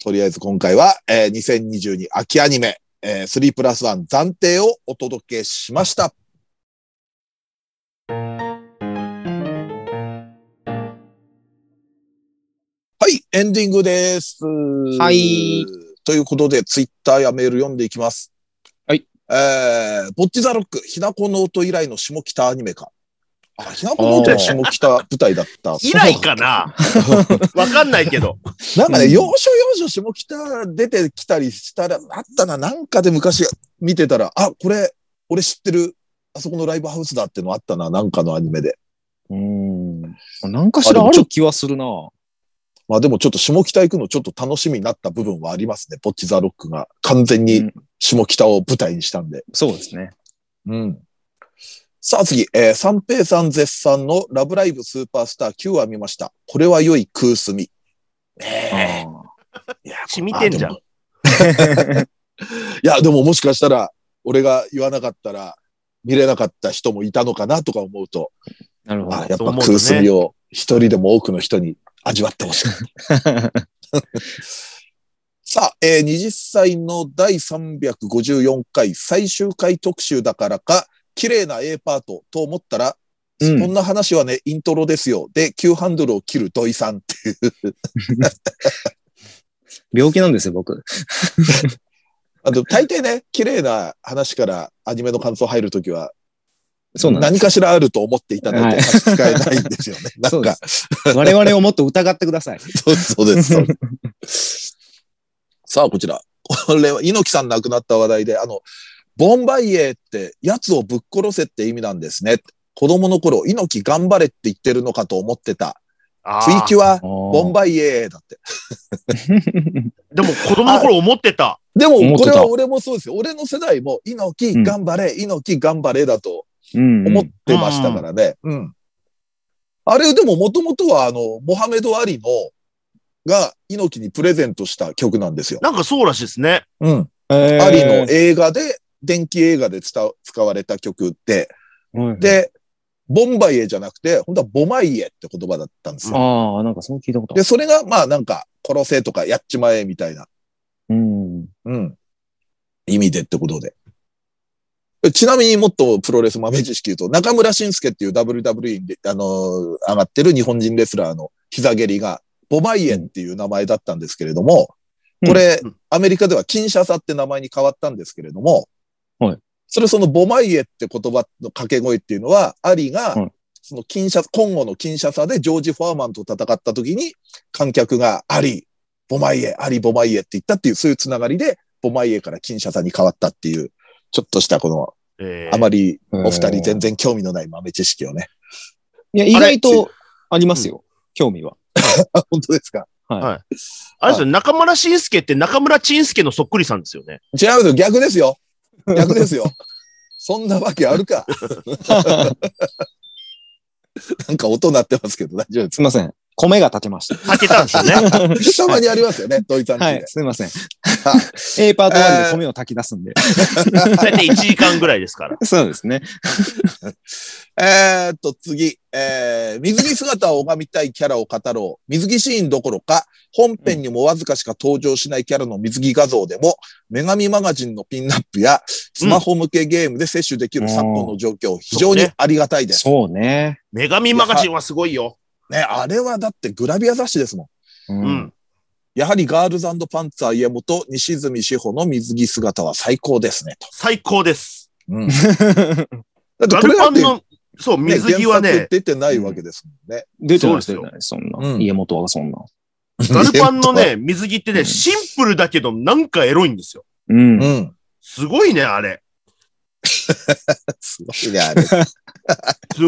[SPEAKER 1] とりあえず今回は、えー2022秋アニメ、えー3プラス1暫定をお届けしました。はい、エンディングです。はいということで、ツイッターやメール読んでいきます。
[SPEAKER 2] はい。
[SPEAKER 1] えー、ぼっちザロック、ひなこの音以来の下北アニメか。あ、ひなこの音は下北舞台
[SPEAKER 2] (laughs)
[SPEAKER 1] だった。
[SPEAKER 3] 以来かなわかんないけど。
[SPEAKER 1] なんか
[SPEAKER 2] う
[SPEAKER 1] ね、
[SPEAKER 2] ん
[SPEAKER 1] 要所要所下北出てきたりしたら、あったな、なんかで昔見てたら、あ、これ、俺知ってる、あそこのライブハウスだってのあったな、なんかのアニメで。
[SPEAKER 2] うん。何かしらある気はするな。
[SPEAKER 1] まあでもちょっと下北行くのちょっと楽しみになった部分はありますね。ぼっちザロックが完全
[SPEAKER 2] う
[SPEAKER 1] に
[SPEAKER 2] ん
[SPEAKER 1] 下北を舞台にしたんで。
[SPEAKER 2] そうですね。
[SPEAKER 1] うん。さあ次、えー、三平さん絶賛のラブライブスーパースター9話見ました。これは良い空隅。ねえ。いや
[SPEAKER 3] 染みてんじゃん
[SPEAKER 1] あでも (laughs) いや、でももしかしたら、俺が言わなかったら、見れなかった人もいたのかなとか思うと、
[SPEAKER 2] なるほど。
[SPEAKER 1] あやっ
[SPEAKER 3] そう
[SPEAKER 1] ぱ
[SPEAKER 3] 思うとね
[SPEAKER 1] 空隅を一人でも多くの人に味わってほしい。 (laughs) さあ、えー20歳の第354回最終回特集だからか、綺麗な A パートと思ったら、
[SPEAKER 2] うん
[SPEAKER 1] そんな話はね、イントロですよ。で、急ハンドルを切る土井さんっていう。
[SPEAKER 2] 病気なんですよ、僕。(laughs)
[SPEAKER 1] あと、大抵ね、綺麗な話からアニメの感想入るときは、
[SPEAKER 2] そうなんで
[SPEAKER 1] 何かしらあると思っていただい
[SPEAKER 2] は
[SPEAKER 1] て
[SPEAKER 2] い
[SPEAKER 1] 差し支えないんですよね。なん
[SPEAKER 2] (laughs) そうで
[SPEAKER 1] か
[SPEAKER 2] す、す。我々をもっと疑ってください。
[SPEAKER 1] そうそうです。そう (laughs) ですさあ、こちら。これは、猪木さん亡くなった話題で、あの、ボンバイエーって、奴をぶっ殺せって意味なんですね。子供の頃、猪木頑張れって言ってるのかと思ってた。
[SPEAKER 3] あ
[SPEAKER 1] ツイ
[SPEAKER 3] ー
[SPEAKER 1] キュは、ボ
[SPEAKER 2] ボ
[SPEAKER 1] ンバイエーだって。
[SPEAKER 3] でも子供の頃思ってた。
[SPEAKER 1] で
[SPEAKER 2] 思
[SPEAKER 1] も、
[SPEAKER 2] って
[SPEAKER 1] こ
[SPEAKER 2] た
[SPEAKER 1] れは俺もそうですよ。俺の世代も、猪木頑張れ、猪木頑張れだと思ってましたからね。うん。あれ、でも、もともとは、あの、モハメド・アリの、が、猪木にプレゼントした曲なんですよ。
[SPEAKER 3] なんかそうらしいですね。
[SPEAKER 1] うん。ア
[SPEAKER 2] あ
[SPEAKER 1] リの映画で、電気映画で伝わ使われた曲で、
[SPEAKER 2] の、
[SPEAKER 1] で、ボンバイエじゃなくて、本当はボマイエって言葉だったんですよ。
[SPEAKER 2] ああ、なんかそう聞いたことあ
[SPEAKER 1] で、
[SPEAKER 2] る。
[SPEAKER 1] それが、まあなんか、殺せとかやっちまえみたいな、
[SPEAKER 2] うん。
[SPEAKER 1] うん、意味でってことで。ちなみにもっとプロレス豆知識言うと、中村晋介っていう WWE で、あのー上がってる日本人レスラーの膝蹴りが、ボバイエンっていう名前だったんですけれども、これ、
[SPEAKER 3] うん
[SPEAKER 1] アメリカでは金シャサって名前に変わったんですけれども、
[SPEAKER 2] はい
[SPEAKER 1] それそのボマイエって言葉の掛け声っていうのは、アリが
[SPEAKER 2] はい、
[SPEAKER 1] その金シャ、今後の金シャサでジョージ・ファーマンと戦った時に、観客がアリ、ボマイエ、アリ、ボマイエって言ったっていう、そういうつながりで、ボマイエから金シャサに変わったっていう、ちょっとしたこの、
[SPEAKER 3] えー
[SPEAKER 1] あまりお
[SPEAKER 2] お
[SPEAKER 1] 二人全然興味のない豆知識をね。 (laughs)
[SPEAKER 2] いや、意外とありますよ。興味は。
[SPEAKER 1] あ、本当ですか
[SPEAKER 3] あれですよ、中村晋介って中村晋介のそっくりさんですよね。
[SPEAKER 1] 違うよ、逆ですよ。
[SPEAKER 2] (laughs)
[SPEAKER 1] 逆ですよ。 (laughs) そんなわけあるか。なんか音鳴ってますけど大丈夫です
[SPEAKER 2] すいません。米が炊けました。
[SPEAKER 3] かけたんですよ
[SPEAKER 1] (laughs)
[SPEAKER 3] ね。
[SPEAKER 1] たまにありますよね、土井さんち
[SPEAKER 2] はい
[SPEAKER 1] で、。
[SPEAKER 2] すいません
[SPEAKER 1] は。
[SPEAKER 2] A パート1で米を炊き出すんで。
[SPEAKER 3] 大体1時間ぐらいですから。
[SPEAKER 2] そうですね。
[SPEAKER 1] えーっと、次。えー、水着姿を拝みたいキャラを語ろう。水着シーンどころか、本編にもわずかしか登場しないキャラの水着画像でも、女神マガジンのピンナップや、スマホ向けゲームで摂取できる昨今の状況、非常にありがたいです。
[SPEAKER 2] そうね。
[SPEAKER 3] 女神マガジンはすごいよ。
[SPEAKER 1] ね、あれはだってグラビア雑誌ですもん。
[SPEAKER 2] う
[SPEAKER 3] うんん。
[SPEAKER 1] やはりガールズパンツァー家元、西住志保の水着姿は最高ですね、と。
[SPEAKER 3] 最高です。 (laughs)
[SPEAKER 1] うん。だ
[SPEAKER 3] ガ
[SPEAKER 1] ってこ
[SPEAKER 3] ル
[SPEAKER 1] れだ
[SPEAKER 3] パ
[SPEAKER 1] っ
[SPEAKER 3] ン
[SPEAKER 1] て、
[SPEAKER 3] の、そう、
[SPEAKER 1] ね、
[SPEAKER 3] 水着は
[SPEAKER 1] 原
[SPEAKER 3] ね
[SPEAKER 1] 作、出てないわけですもんね。
[SPEAKER 2] (laughs) 出てないです
[SPEAKER 3] そうで
[SPEAKER 2] よ。そん
[SPEAKER 1] う
[SPEAKER 2] な。
[SPEAKER 1] ん
[SPEAKER 2] 家元はそんな。
[SPEAKER 3] ガルパンのね、水着ってね、シンプルだけどなんかエロいんですよ。
[SPEAKER 2] うん
[SPEAKER 1] (laughs) う。ん。 (laughs)
[SPEAKER 3] すごいね、あれ。
[SPEAKER 1] すごいね、あれ。
[SPEAKER 3] す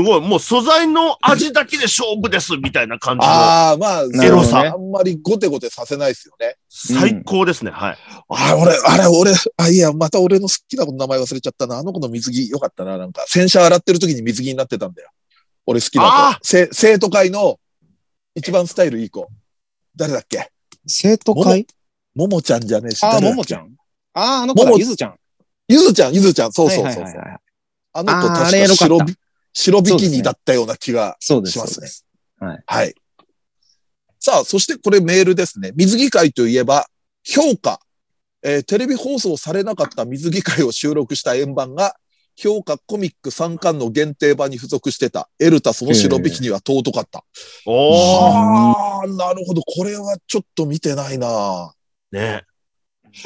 [SPEAKER 3] ごい。もう素材の味だけで勝負です、みたいな感じの。
[SPEAKER 1] ああ、まあ、
[SPEAKER 2] な
[SPEAKER 3] るほどね
[SPEAKER 1] そのあんまりゴテゴテさせないですよね。
[SPEAKER 3] 最高ですね、はい。
[SPEAKER 1] ああ、俺、あれ、俺、あ、いや、また俺の好きな子の名前忘れちゃったな。あの子の水着、よかったな。なんか、洗車洗ってる時に水着になってたんだよ。俺好きな
[SPEAKER 3] あ
[SPEAKER 1] 子。せ生徒会の一番スタイルいい子。誰だっけ
[SPEAKER 2] 生徒会
[SPEAKER 1] ももちゃんじゃねえし。
[SPEAKER 2] ああ、
[SPEAKER 1] 誰だ
[SPEAKER 2] も
[SPEAKER 1] っけ
[SPEAKER 2] もちゃん。ああ、あの子だ
[SPEAKER 1] もも
[SPEAKER 2] ゆずちゃん。
[SPEAKER 1] ゆずちゃん、ゆずちゃん。そうそうそうそう。
[SPEAKER 2] はいはいはいはい
[SPEAKER 1] あの子
[SPEAKER 2] あーあれ
[SPEAKER 1] 確
[SPEAKER 2] エ
[SPEAKER 1] か
[SPEAKER 2] ロかった
[SPEAKER 1] 白び、白ビキニだったような気が
[SPEAKER 2] そうです。
[SPEAKER 1] し
[SPEAKER 2] そ
[SPEAKER 1] ま
[SPEAKER 2] う
[SPEAKER 1] す
[SPEAKER 2] で
[SPEAKER 1] ね。
[SPEAKER 2] す。はい。
[SPEAKER 1] はい。さあ、そしてこれメールですね。水着会といえば、評価。えーテレビ放送されなかった水着会を収録した円盤が、評価コミック3巻の限定版に付属してた、エルタその白ビキニは尊かった。
[SPEAKER 3] おー。
[SPEAKER 1] ああ、なるほど。これはちょっと見てないな
[SPEAKER 3] ね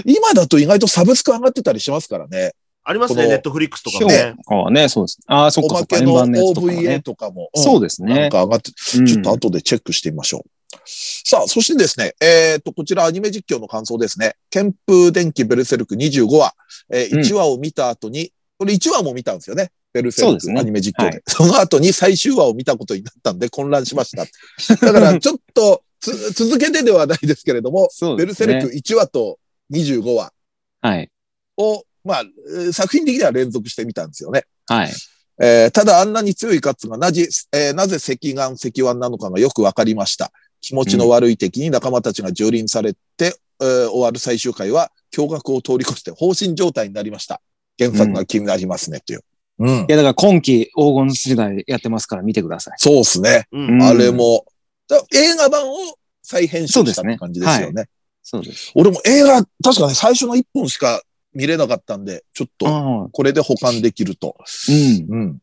[SPEAKER 1] 今だと意外とサブスク上がってたりしますからね。
[SPEAKER 3] あります
[SPEAKER 1] こ
[SPEAKER 3] ね、
[SPEAKER 1] の
[SPEAKER 3] ネットフリックスとかも
[SPEAKER 1] ね
[SPEAKER 3] ね。
[SPEAKER 2] ああね、そうです。ああ、そっ
[SPEAKER 1] お
[SPEAKER 2] かそ
[SPEAKER 1] ま
[SPEAKER 2] っか。
[SPEAKER 1] けの
[SPEAKER 2] 円盤やつとかもね。
[SPEAKER 1] OVA とかも。うん
[SPEAKER 2] そうです
[SPEAKER 1] なん
[SPEAKER 2] ね。
[SPEAKER 1] か上がって、ちょっと後でチェックしてみましょう。さあ、そしてですね、えっ、と、こちらアニメ実況の感想ですね。剣風電気ベルセルク25話、えー
[SPEAKER 2] うん
[SPEAKER 1] 1話を見た後に、これ1話も見たんですよね。ベルセ
[SPEAKER 2] そう
[SPEAKER 1] ル
[SPEAKER 2] です
[SPEAKER 1] ク、
[SPEAKER 2] ね
[SPEAKER 1] アニメ実況で。
[SPEAKER 2] はい
[SPEAKER 1] その後に最終話を見たことになったんで混乱しました。だ
[SPEAKER 2] (laughs)
[SPEAKER 1] から、ちょっとつ続けてではないですけれども、
[SPEAKER 2] そう
[SPEAKER 1] ベ
[SPEAKER 2] で
[SPEAKER 1] ル
[SPEAKER 2] す
[SPEAKER 1] セ
[SPEAKER 2] ね
[SPEAKER 1] ルク1話と25話
[SPEAKER 2] はい。
[SPEAKER 1] を、まあ、えー作品的には連続してみたんですよね。
[SPEAKER 2] はい。
[SPEAKER 1] えーただあんなに強いガッツがなじ、えーなぜ赤眼、赤腕なのかがよくわかりました。気持ちの悪い敵に仲間たちが蹂躙されて、えー終わる最終回は驚愕を通り越して放心状態になりました。原作が気になりますね、という。うん
[SPEAKER 2] い。や、だから今期黄金時代やってますから見てください。
[SPEAKER 1] そうですね。
[SPEAKER 3] うん
[SPEAKER 2] うん
[SPEAKER 1] あれも。だ映画版を再編集
[SPEAKER 2] そうで
[SPEAKER 1] した
[SPEAKER 2] す
[SPEAKER 1] っ
[SPEAKER 2] ね
[SPEAKER 1] て感じですよね。
[SPEAKER 2] そうです。
[SPEAKER 1] 俺も映画、確かね、最初の一本しか見れなかったんで、ちょっと、
[SPEAKER 2] ああ、
[SPEAKER 1] これで保管できると。
[SPEAKER 2] うん。
[SPEAKER 1] うん。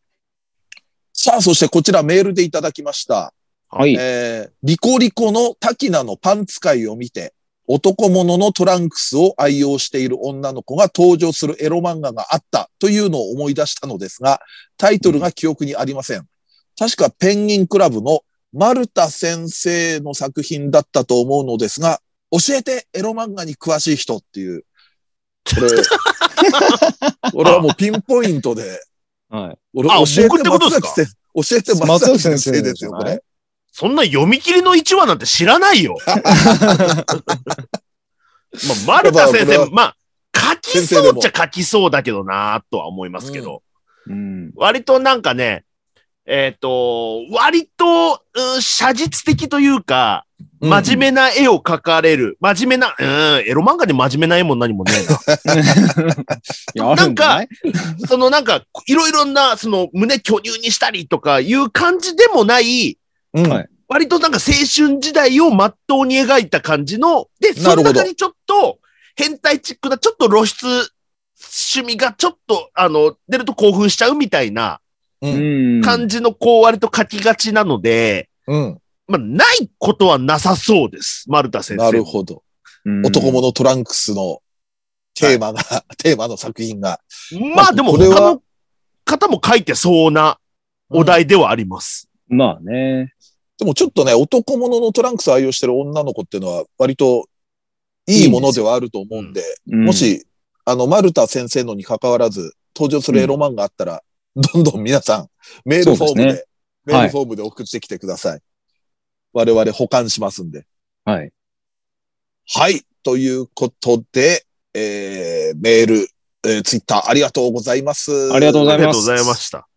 [SPEAKER 1] さあ、そしてこちらメールでいただきました。
[SPEAKER 2] はい。
[SPEAKER 1] えーリコリコのタキナのパンツ会を見て、男物のトランクスを愛用している女の子が登場するエロ漫画があったというのを思い出したのですが、タイトルが記憶にありません。確かペンギンクラブの丸田先生の作品だったと思うのですが、教えてエロ漫画に詳しい人っていう。これ、
[SPEAKER 3] (laughs)
[SPEAKER 1] 俺はもうピンポイントで、
[SPEAKER 2] はい。
[SPEAKER 1] 俺
[SPEAKER 3] あ
[SPEAKER 1] 教え
[SPEAKER 3] 僕っててこと
[SPEAKER 1] 松
[SPEAKER 3] です
[SPEAKER 1] 崎
[SPEAKER 3] か
[SPEAKER 1] 先教えて松崎先生ですよ、
[SPEAKER 2] 松崎先生じゃ
[SPEAKER 1] こ
[SPEAKER 2] な
[SPEAKER 1] れ
[SPEAKER 2] い。
[SPEAKER 3] そんな読み切りの1話なんて知らない
[SPEAKER 1] (laughs)
[SPEAKER 3] よ。まあ、丸田先
[SPEAKER 1] やっぱこれは
[SPEAKER 3] 生、まあ、書きそうっちゃ書きそうだけどなとは思いますけど、
[SPEAKER 2] うん。
[SPEAKER 3] 割となんかね、えっ、と、割と、うん写実的というか、
[SPEAKER 1] うん
[SPEAKER 3] 真面目な絵を描かれる。真面目な、うん、エロ漫画で真面目な絵も何も
[SPEAKER 1] (laughs)
[SPEAKER 3] ね (laughs) えな。
[SPEAKER 2] いや、あるんじゃない
[SPEAKER 3] そのなんか、いろいろな、その胸巨乳にしたりとかいう感じでもない、
[SPEAKER 1] うん
[SPEAKER 2] はい
[SPEAKER 3] 割となんか青春時代をまっとうに描いた感じの、で、
[SPEAKER 1] な
[SPEAKER 3] そ
[SPEAKER 1] る
[SPEAKER 3] の
[SPEAKER 1] ほど
[SPEAKER 3] 中にちょっと変態チックな、ちょっと露出趣味がちょっと、あの、出ると興奮しちゃうみたいな
[SPEAKER 2] うん。
[SPEAKER 3] 感じのこう割と書きがちなので、
[SPEAKER 1] うん。
[SPEAKER 3] まあ、ないことはなさそうです。丸田先生。
[SPEAKER 1] なるほど。
[SPEAKER 2] うん
[SPEAKER 1] 男。物トランクスのテーマが、 (laughs) テーマの作品が。
[SPEAKER 3] まあでも
[SPEAKER 1] これは
[SPEAKER 3] 他の方も書いてそうなお題ではあります。
[SPEAKER 2] まあね。
[SPEAKER 1] でもちょっとね、男物のトランクス愛用してる女の子っていうのは割といいものではあると思うんで、
[SPEAKER 2] うん
[SPEAKER 1] も、し、あの、丸田先生のに関わらず、登場するエロ漫画あったら、どんどん皆さん、メールフォームで、
[SPEAKER 2] そうです
[SPEAKER 1] メールフォームで送ってきてください。我々保管しますんで。
[SPEAKER 2] はい。
[SPEAKER 1] はい。ということで、えー、メール、えー、ツイッターありがとうございます。
[SPEAKER 2] ありがとうご
[SPEAKER 3] あ
[SPEAKER 2] ざい
[SPEAKER 3] りが
[SPEAKER 2] ま
[SPEAKER 3] とうご
[SPEAKER 2] す。
[SPEAKER 3] ざいました。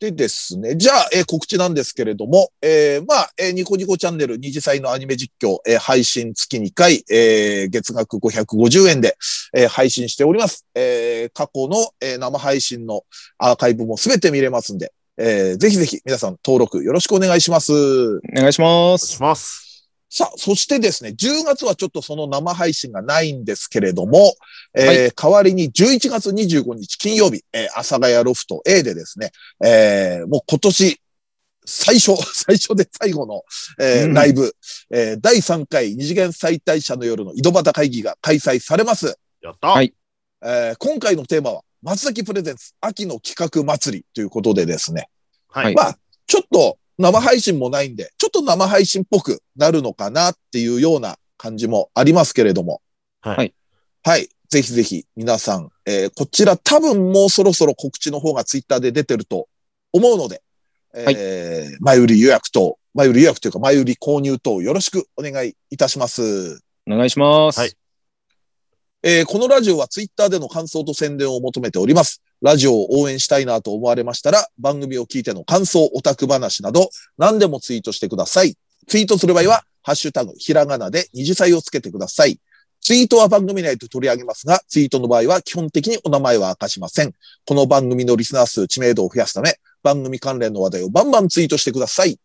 [SPEAKER 1] でですね、じゃあ、えー告知なんですけれども、えーまあ、えーニコニコチャンネル二次祭のアニメ実況、えー配信月2回、えー月額550円で、えー配信しております。えー過去の、えー生配信のアーカイブもすべて見れますんで、えーぜひぜひ皆さん登録よろしくお願いします。
[SPEAKER 2] お願いしま
[SPEAKER 3] お願い
[SPEAKER 2] す。
[SPEAKER 3] します。
[SPEAKER 1] さあ、そしてですね、10月はちょっとその生配信がないんですけれども、えー
[SPEAKER 2] は
[SPEAKER 1] 代わりに11月25日金曜日、えー、阿佐ヶ谷ロフト A でですね、えーもう今年最初、 (laughs) 最初で最後の、えー
[SPEAKER 2] うん
[SPEAKER 1] ライブ、えー第3回二次元再退社の夜の井戸端会議が開催されます。
[SPEAKER 3] やった。
[SPEAKER 2] はい
[SPEAKER 1] えー今回のテーマは、松崎プレゼンツ秋の企画祭りということでですね、
[SPEAKER 3] は
[SPEAKER 2] はい
[SPEAKER 3] い。
[SPEAKER 1] まあ、ちょっと生配信もないんで、ちょっと生配信っぽくなるのかなっていうような感じもありますけれども。
[SPEAKER 3] はい
[SPEAKER 2] はい。
[SPEAKER 1] はい。ぜひぜひ皆さん、えーこちら多分もうそろそろ告知の方がツイッターで出てると思うので、えー前売り予約等、前売り予約というか前売り購入等よろしくお願いいたします。
[SPEAKER 2] お願いします。
[SPEAKER 3] はい
[SPEAKER 1] えーこのラジオはツイッターでの感想と宣伝を求めております。ラジオを応援したいなと思われましたら、番組を聞いての感想、オタク話など、何でもツイートしてください。ツイートする場合は、ハッシュタグ、ひらがなで二次祭をつけてください。ツイートは番組内で取り上げますが、ツイートの場合は基本的にお名前は明かしません。この番組のリスナー数、知名度を増やすため、番組関連の話題をバンバンツイートしてください。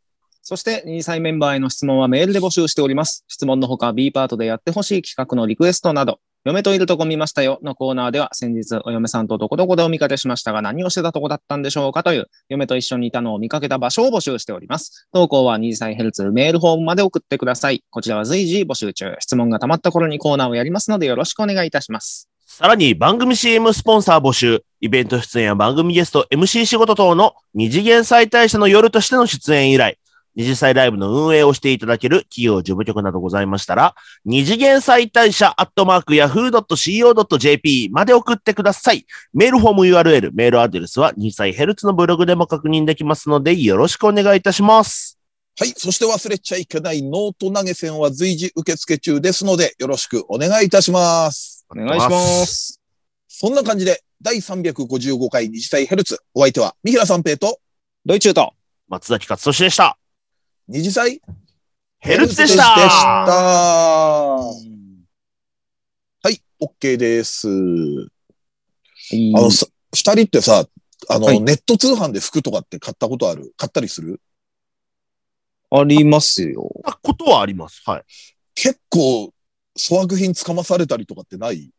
[SPEAKER 2] そして、2歳メンバーへの質問はメールで募集しております。質問のほか、B パートでやってほしい企画のリクエストなど、嫁といるとこ見ましたよのコーナーでは、先日、お嫁さんとどこどこでお見かけしましたが、何をしてたとこだったんでしょうかという、嫁と一緒にいたのを見かけた場所を募集しております。投稿は2歳ヘルツメールフォームまで送ってください。こちらは随時募集中。質問が溜まった頃にコーナーをやりますので、よろしくお願いいたします。
[SPEAKER 3] さらに番組 CM スポンサー募集、イベント出演や番組ゲスト、MC 仕事等の二次元再大社の夜としての出演以来、二次祭ライブの運営をしていただける企業事務局などございましたら、二次元再大社アットマーク yahoo.co.jp まで送ってください。メールフォーム URL、メールアドレスは二次祭ヘルツのブログでも確認できますので、よろしくお願いいたします。
[SPEAKER 1] はい。そして忘れちゃいけないノート投げ銭は随時受付中ですので、よろしくお願いいたします。
[SPEAKER 2] お願いします。
[SPEAKER 1] そんな感じで、第355回二次祭ヘルツ。お相手は、三平三平と、
[SPEAKER 2] ドイチューと、
[SPEAKER 3] 松崎勝利でした。
[SPEAKER 1] 二次祭
[SPEAKER 3] ヘルツでした
[SPEAKER 1] ヘルツでしたはい、OK です。あの、さ二人ってさ、あの、
[SPEAKER 2] はい
[SPEAKER 1] ネット通販で服とかって買ったことある買ったりする
[SPEAKER 2] ありますよ。
[SPEAKER 3] あことはあります。はい。
[SPEAKER 1] 結構、粗悪品捕まされたりとかってない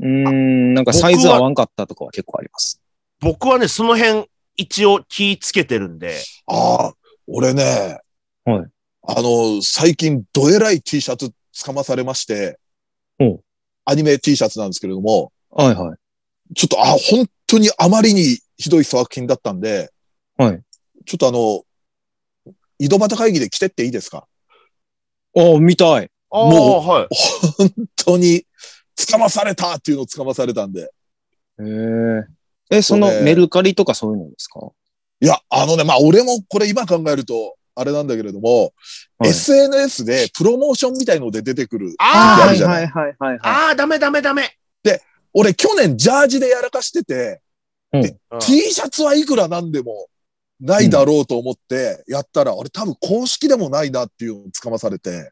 [SPEAKER 1] う
[SPEAKER 2] ーん、なんかサイズ合わんかったとかは結構あります。
[SPEAKER 3] 僕はね、その辺、一応気つけてるんで、
[SPEAKER 1] ああ、俺ね、
[SPEAKER 2] はい
[SPEAKER 1] あの、最近、どえらい T シャツ捕まされまして
[SPEAKER 2] ほう、
[SPEAKER 1] アニメ T シャツなんですけれども、
[SPEAKER 2] はいはい。
[SPEAKER 1] ちょっと、あ、本当にあまりにひどい粗悪品だったんで、
[SPEAKER 2] はい。
[SPEAKER 1] ちょっとあの、井戸端会議で着てっていいですか
[SPEAKER 2] ああ、見たい。
[SPEAKER 3] ああ
[SPEAKER 1] もう
[SPEAKER 3] はい。
[SPEAKER 1] 本当に、捕まされたっていうのを捕まされたんで。
[SPEAKER 2] へえ。え、その
[SPEAKER 1] これ
[SPEAKER 2] メルカリとかそういうのですか
[SPEAKER 1] いや、あのね、まあ俺もこれ今考えると、あれなんだけれども、
[SPEAKER 2] はい
[SPEAKER 1] SNS でプロモーションみたいので出てくる。
[SPEAKER 3] あ
[SPEAKER 1] あ
[SPEAKER 3] あ
[SPEAKER 1] るじゃん
[SPEAKER 2] いはいはいい。
[SPEAKER 3] ああ、ダメダメダメ。
[SPEAKER 1] 俺去年ジャージでやらかしてて、
[SPEAKER 3] うん
[SPEAKER 1] T シャツはいくらなんでもないだろうと思ってやったら、あれ多分公式でもないなっていうのを捕まされて、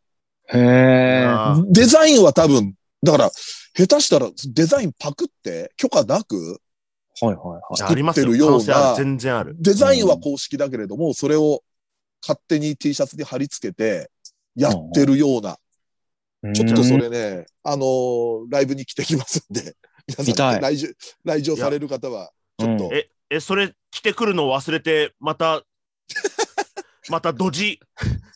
[SPEAKER 2] へえ。
[SPEAKER 3] あ
[SPEAKER 1] デザインは多分、だから、下手したらデザインパクって許可なく、
[SPEAKER 2] はいはい
[SPEAKER 3] ありますよ。
[SPEAKER 1] 作ってるよ
[SPEAKER 3] 可
[SPEAKER 1] うな
[SPEAKER 3] 能性ある全然ある。
[SPEAKER 1] デザインは公式だけれども、それを勝手に T シャツに貼り付けてやってるような、ちょっとそれね、あのーライブに来てきますんで、皆
[SPEAKER 2] 見た
[SPEAKER 1] さん、
[SPEAKER 2] い
[SPEAKER 1] 来場、来場される方は、ちょっと、
[SPEAKER 3] え、え、それ来てくるの忘れて、また、またドジ、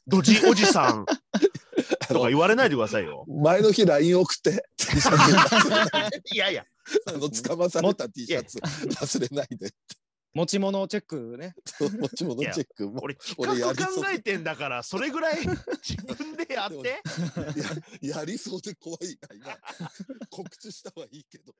[SPEAKER 3] ドジおじさん
[SPEAKER 1] あ
[SPEAKER 3] とか
[SPEAKER 1] の
[SPEAKER 3] 言われないでください
[SPEAKER 1] (laughs)
[SPEAKER 3] よ。
[SPEAKER 1] 前の日 LINE 送って、T シャツ
[SPEAKER 3] いやいや、
[SPEAKER 1] あの、捕まされた T シャツ、忘れないで。
[SPEAKER 2] 持ち物チェックね。
[SPEAKER 1] 持ち物チェックも
[SPEAKER 3] 俺
[SPEAKER 1] 俺
[SPEAKER 3] 企
[SPEAKER 1] や
[SPEAKER 3] 画
[SPEAKER 1] りそう
[SPEAKER 3] 考えてんだから、それぐらい自分でやって。
[SPEAKER 1] ややりそうで怖いな、今。告知したはいいけど。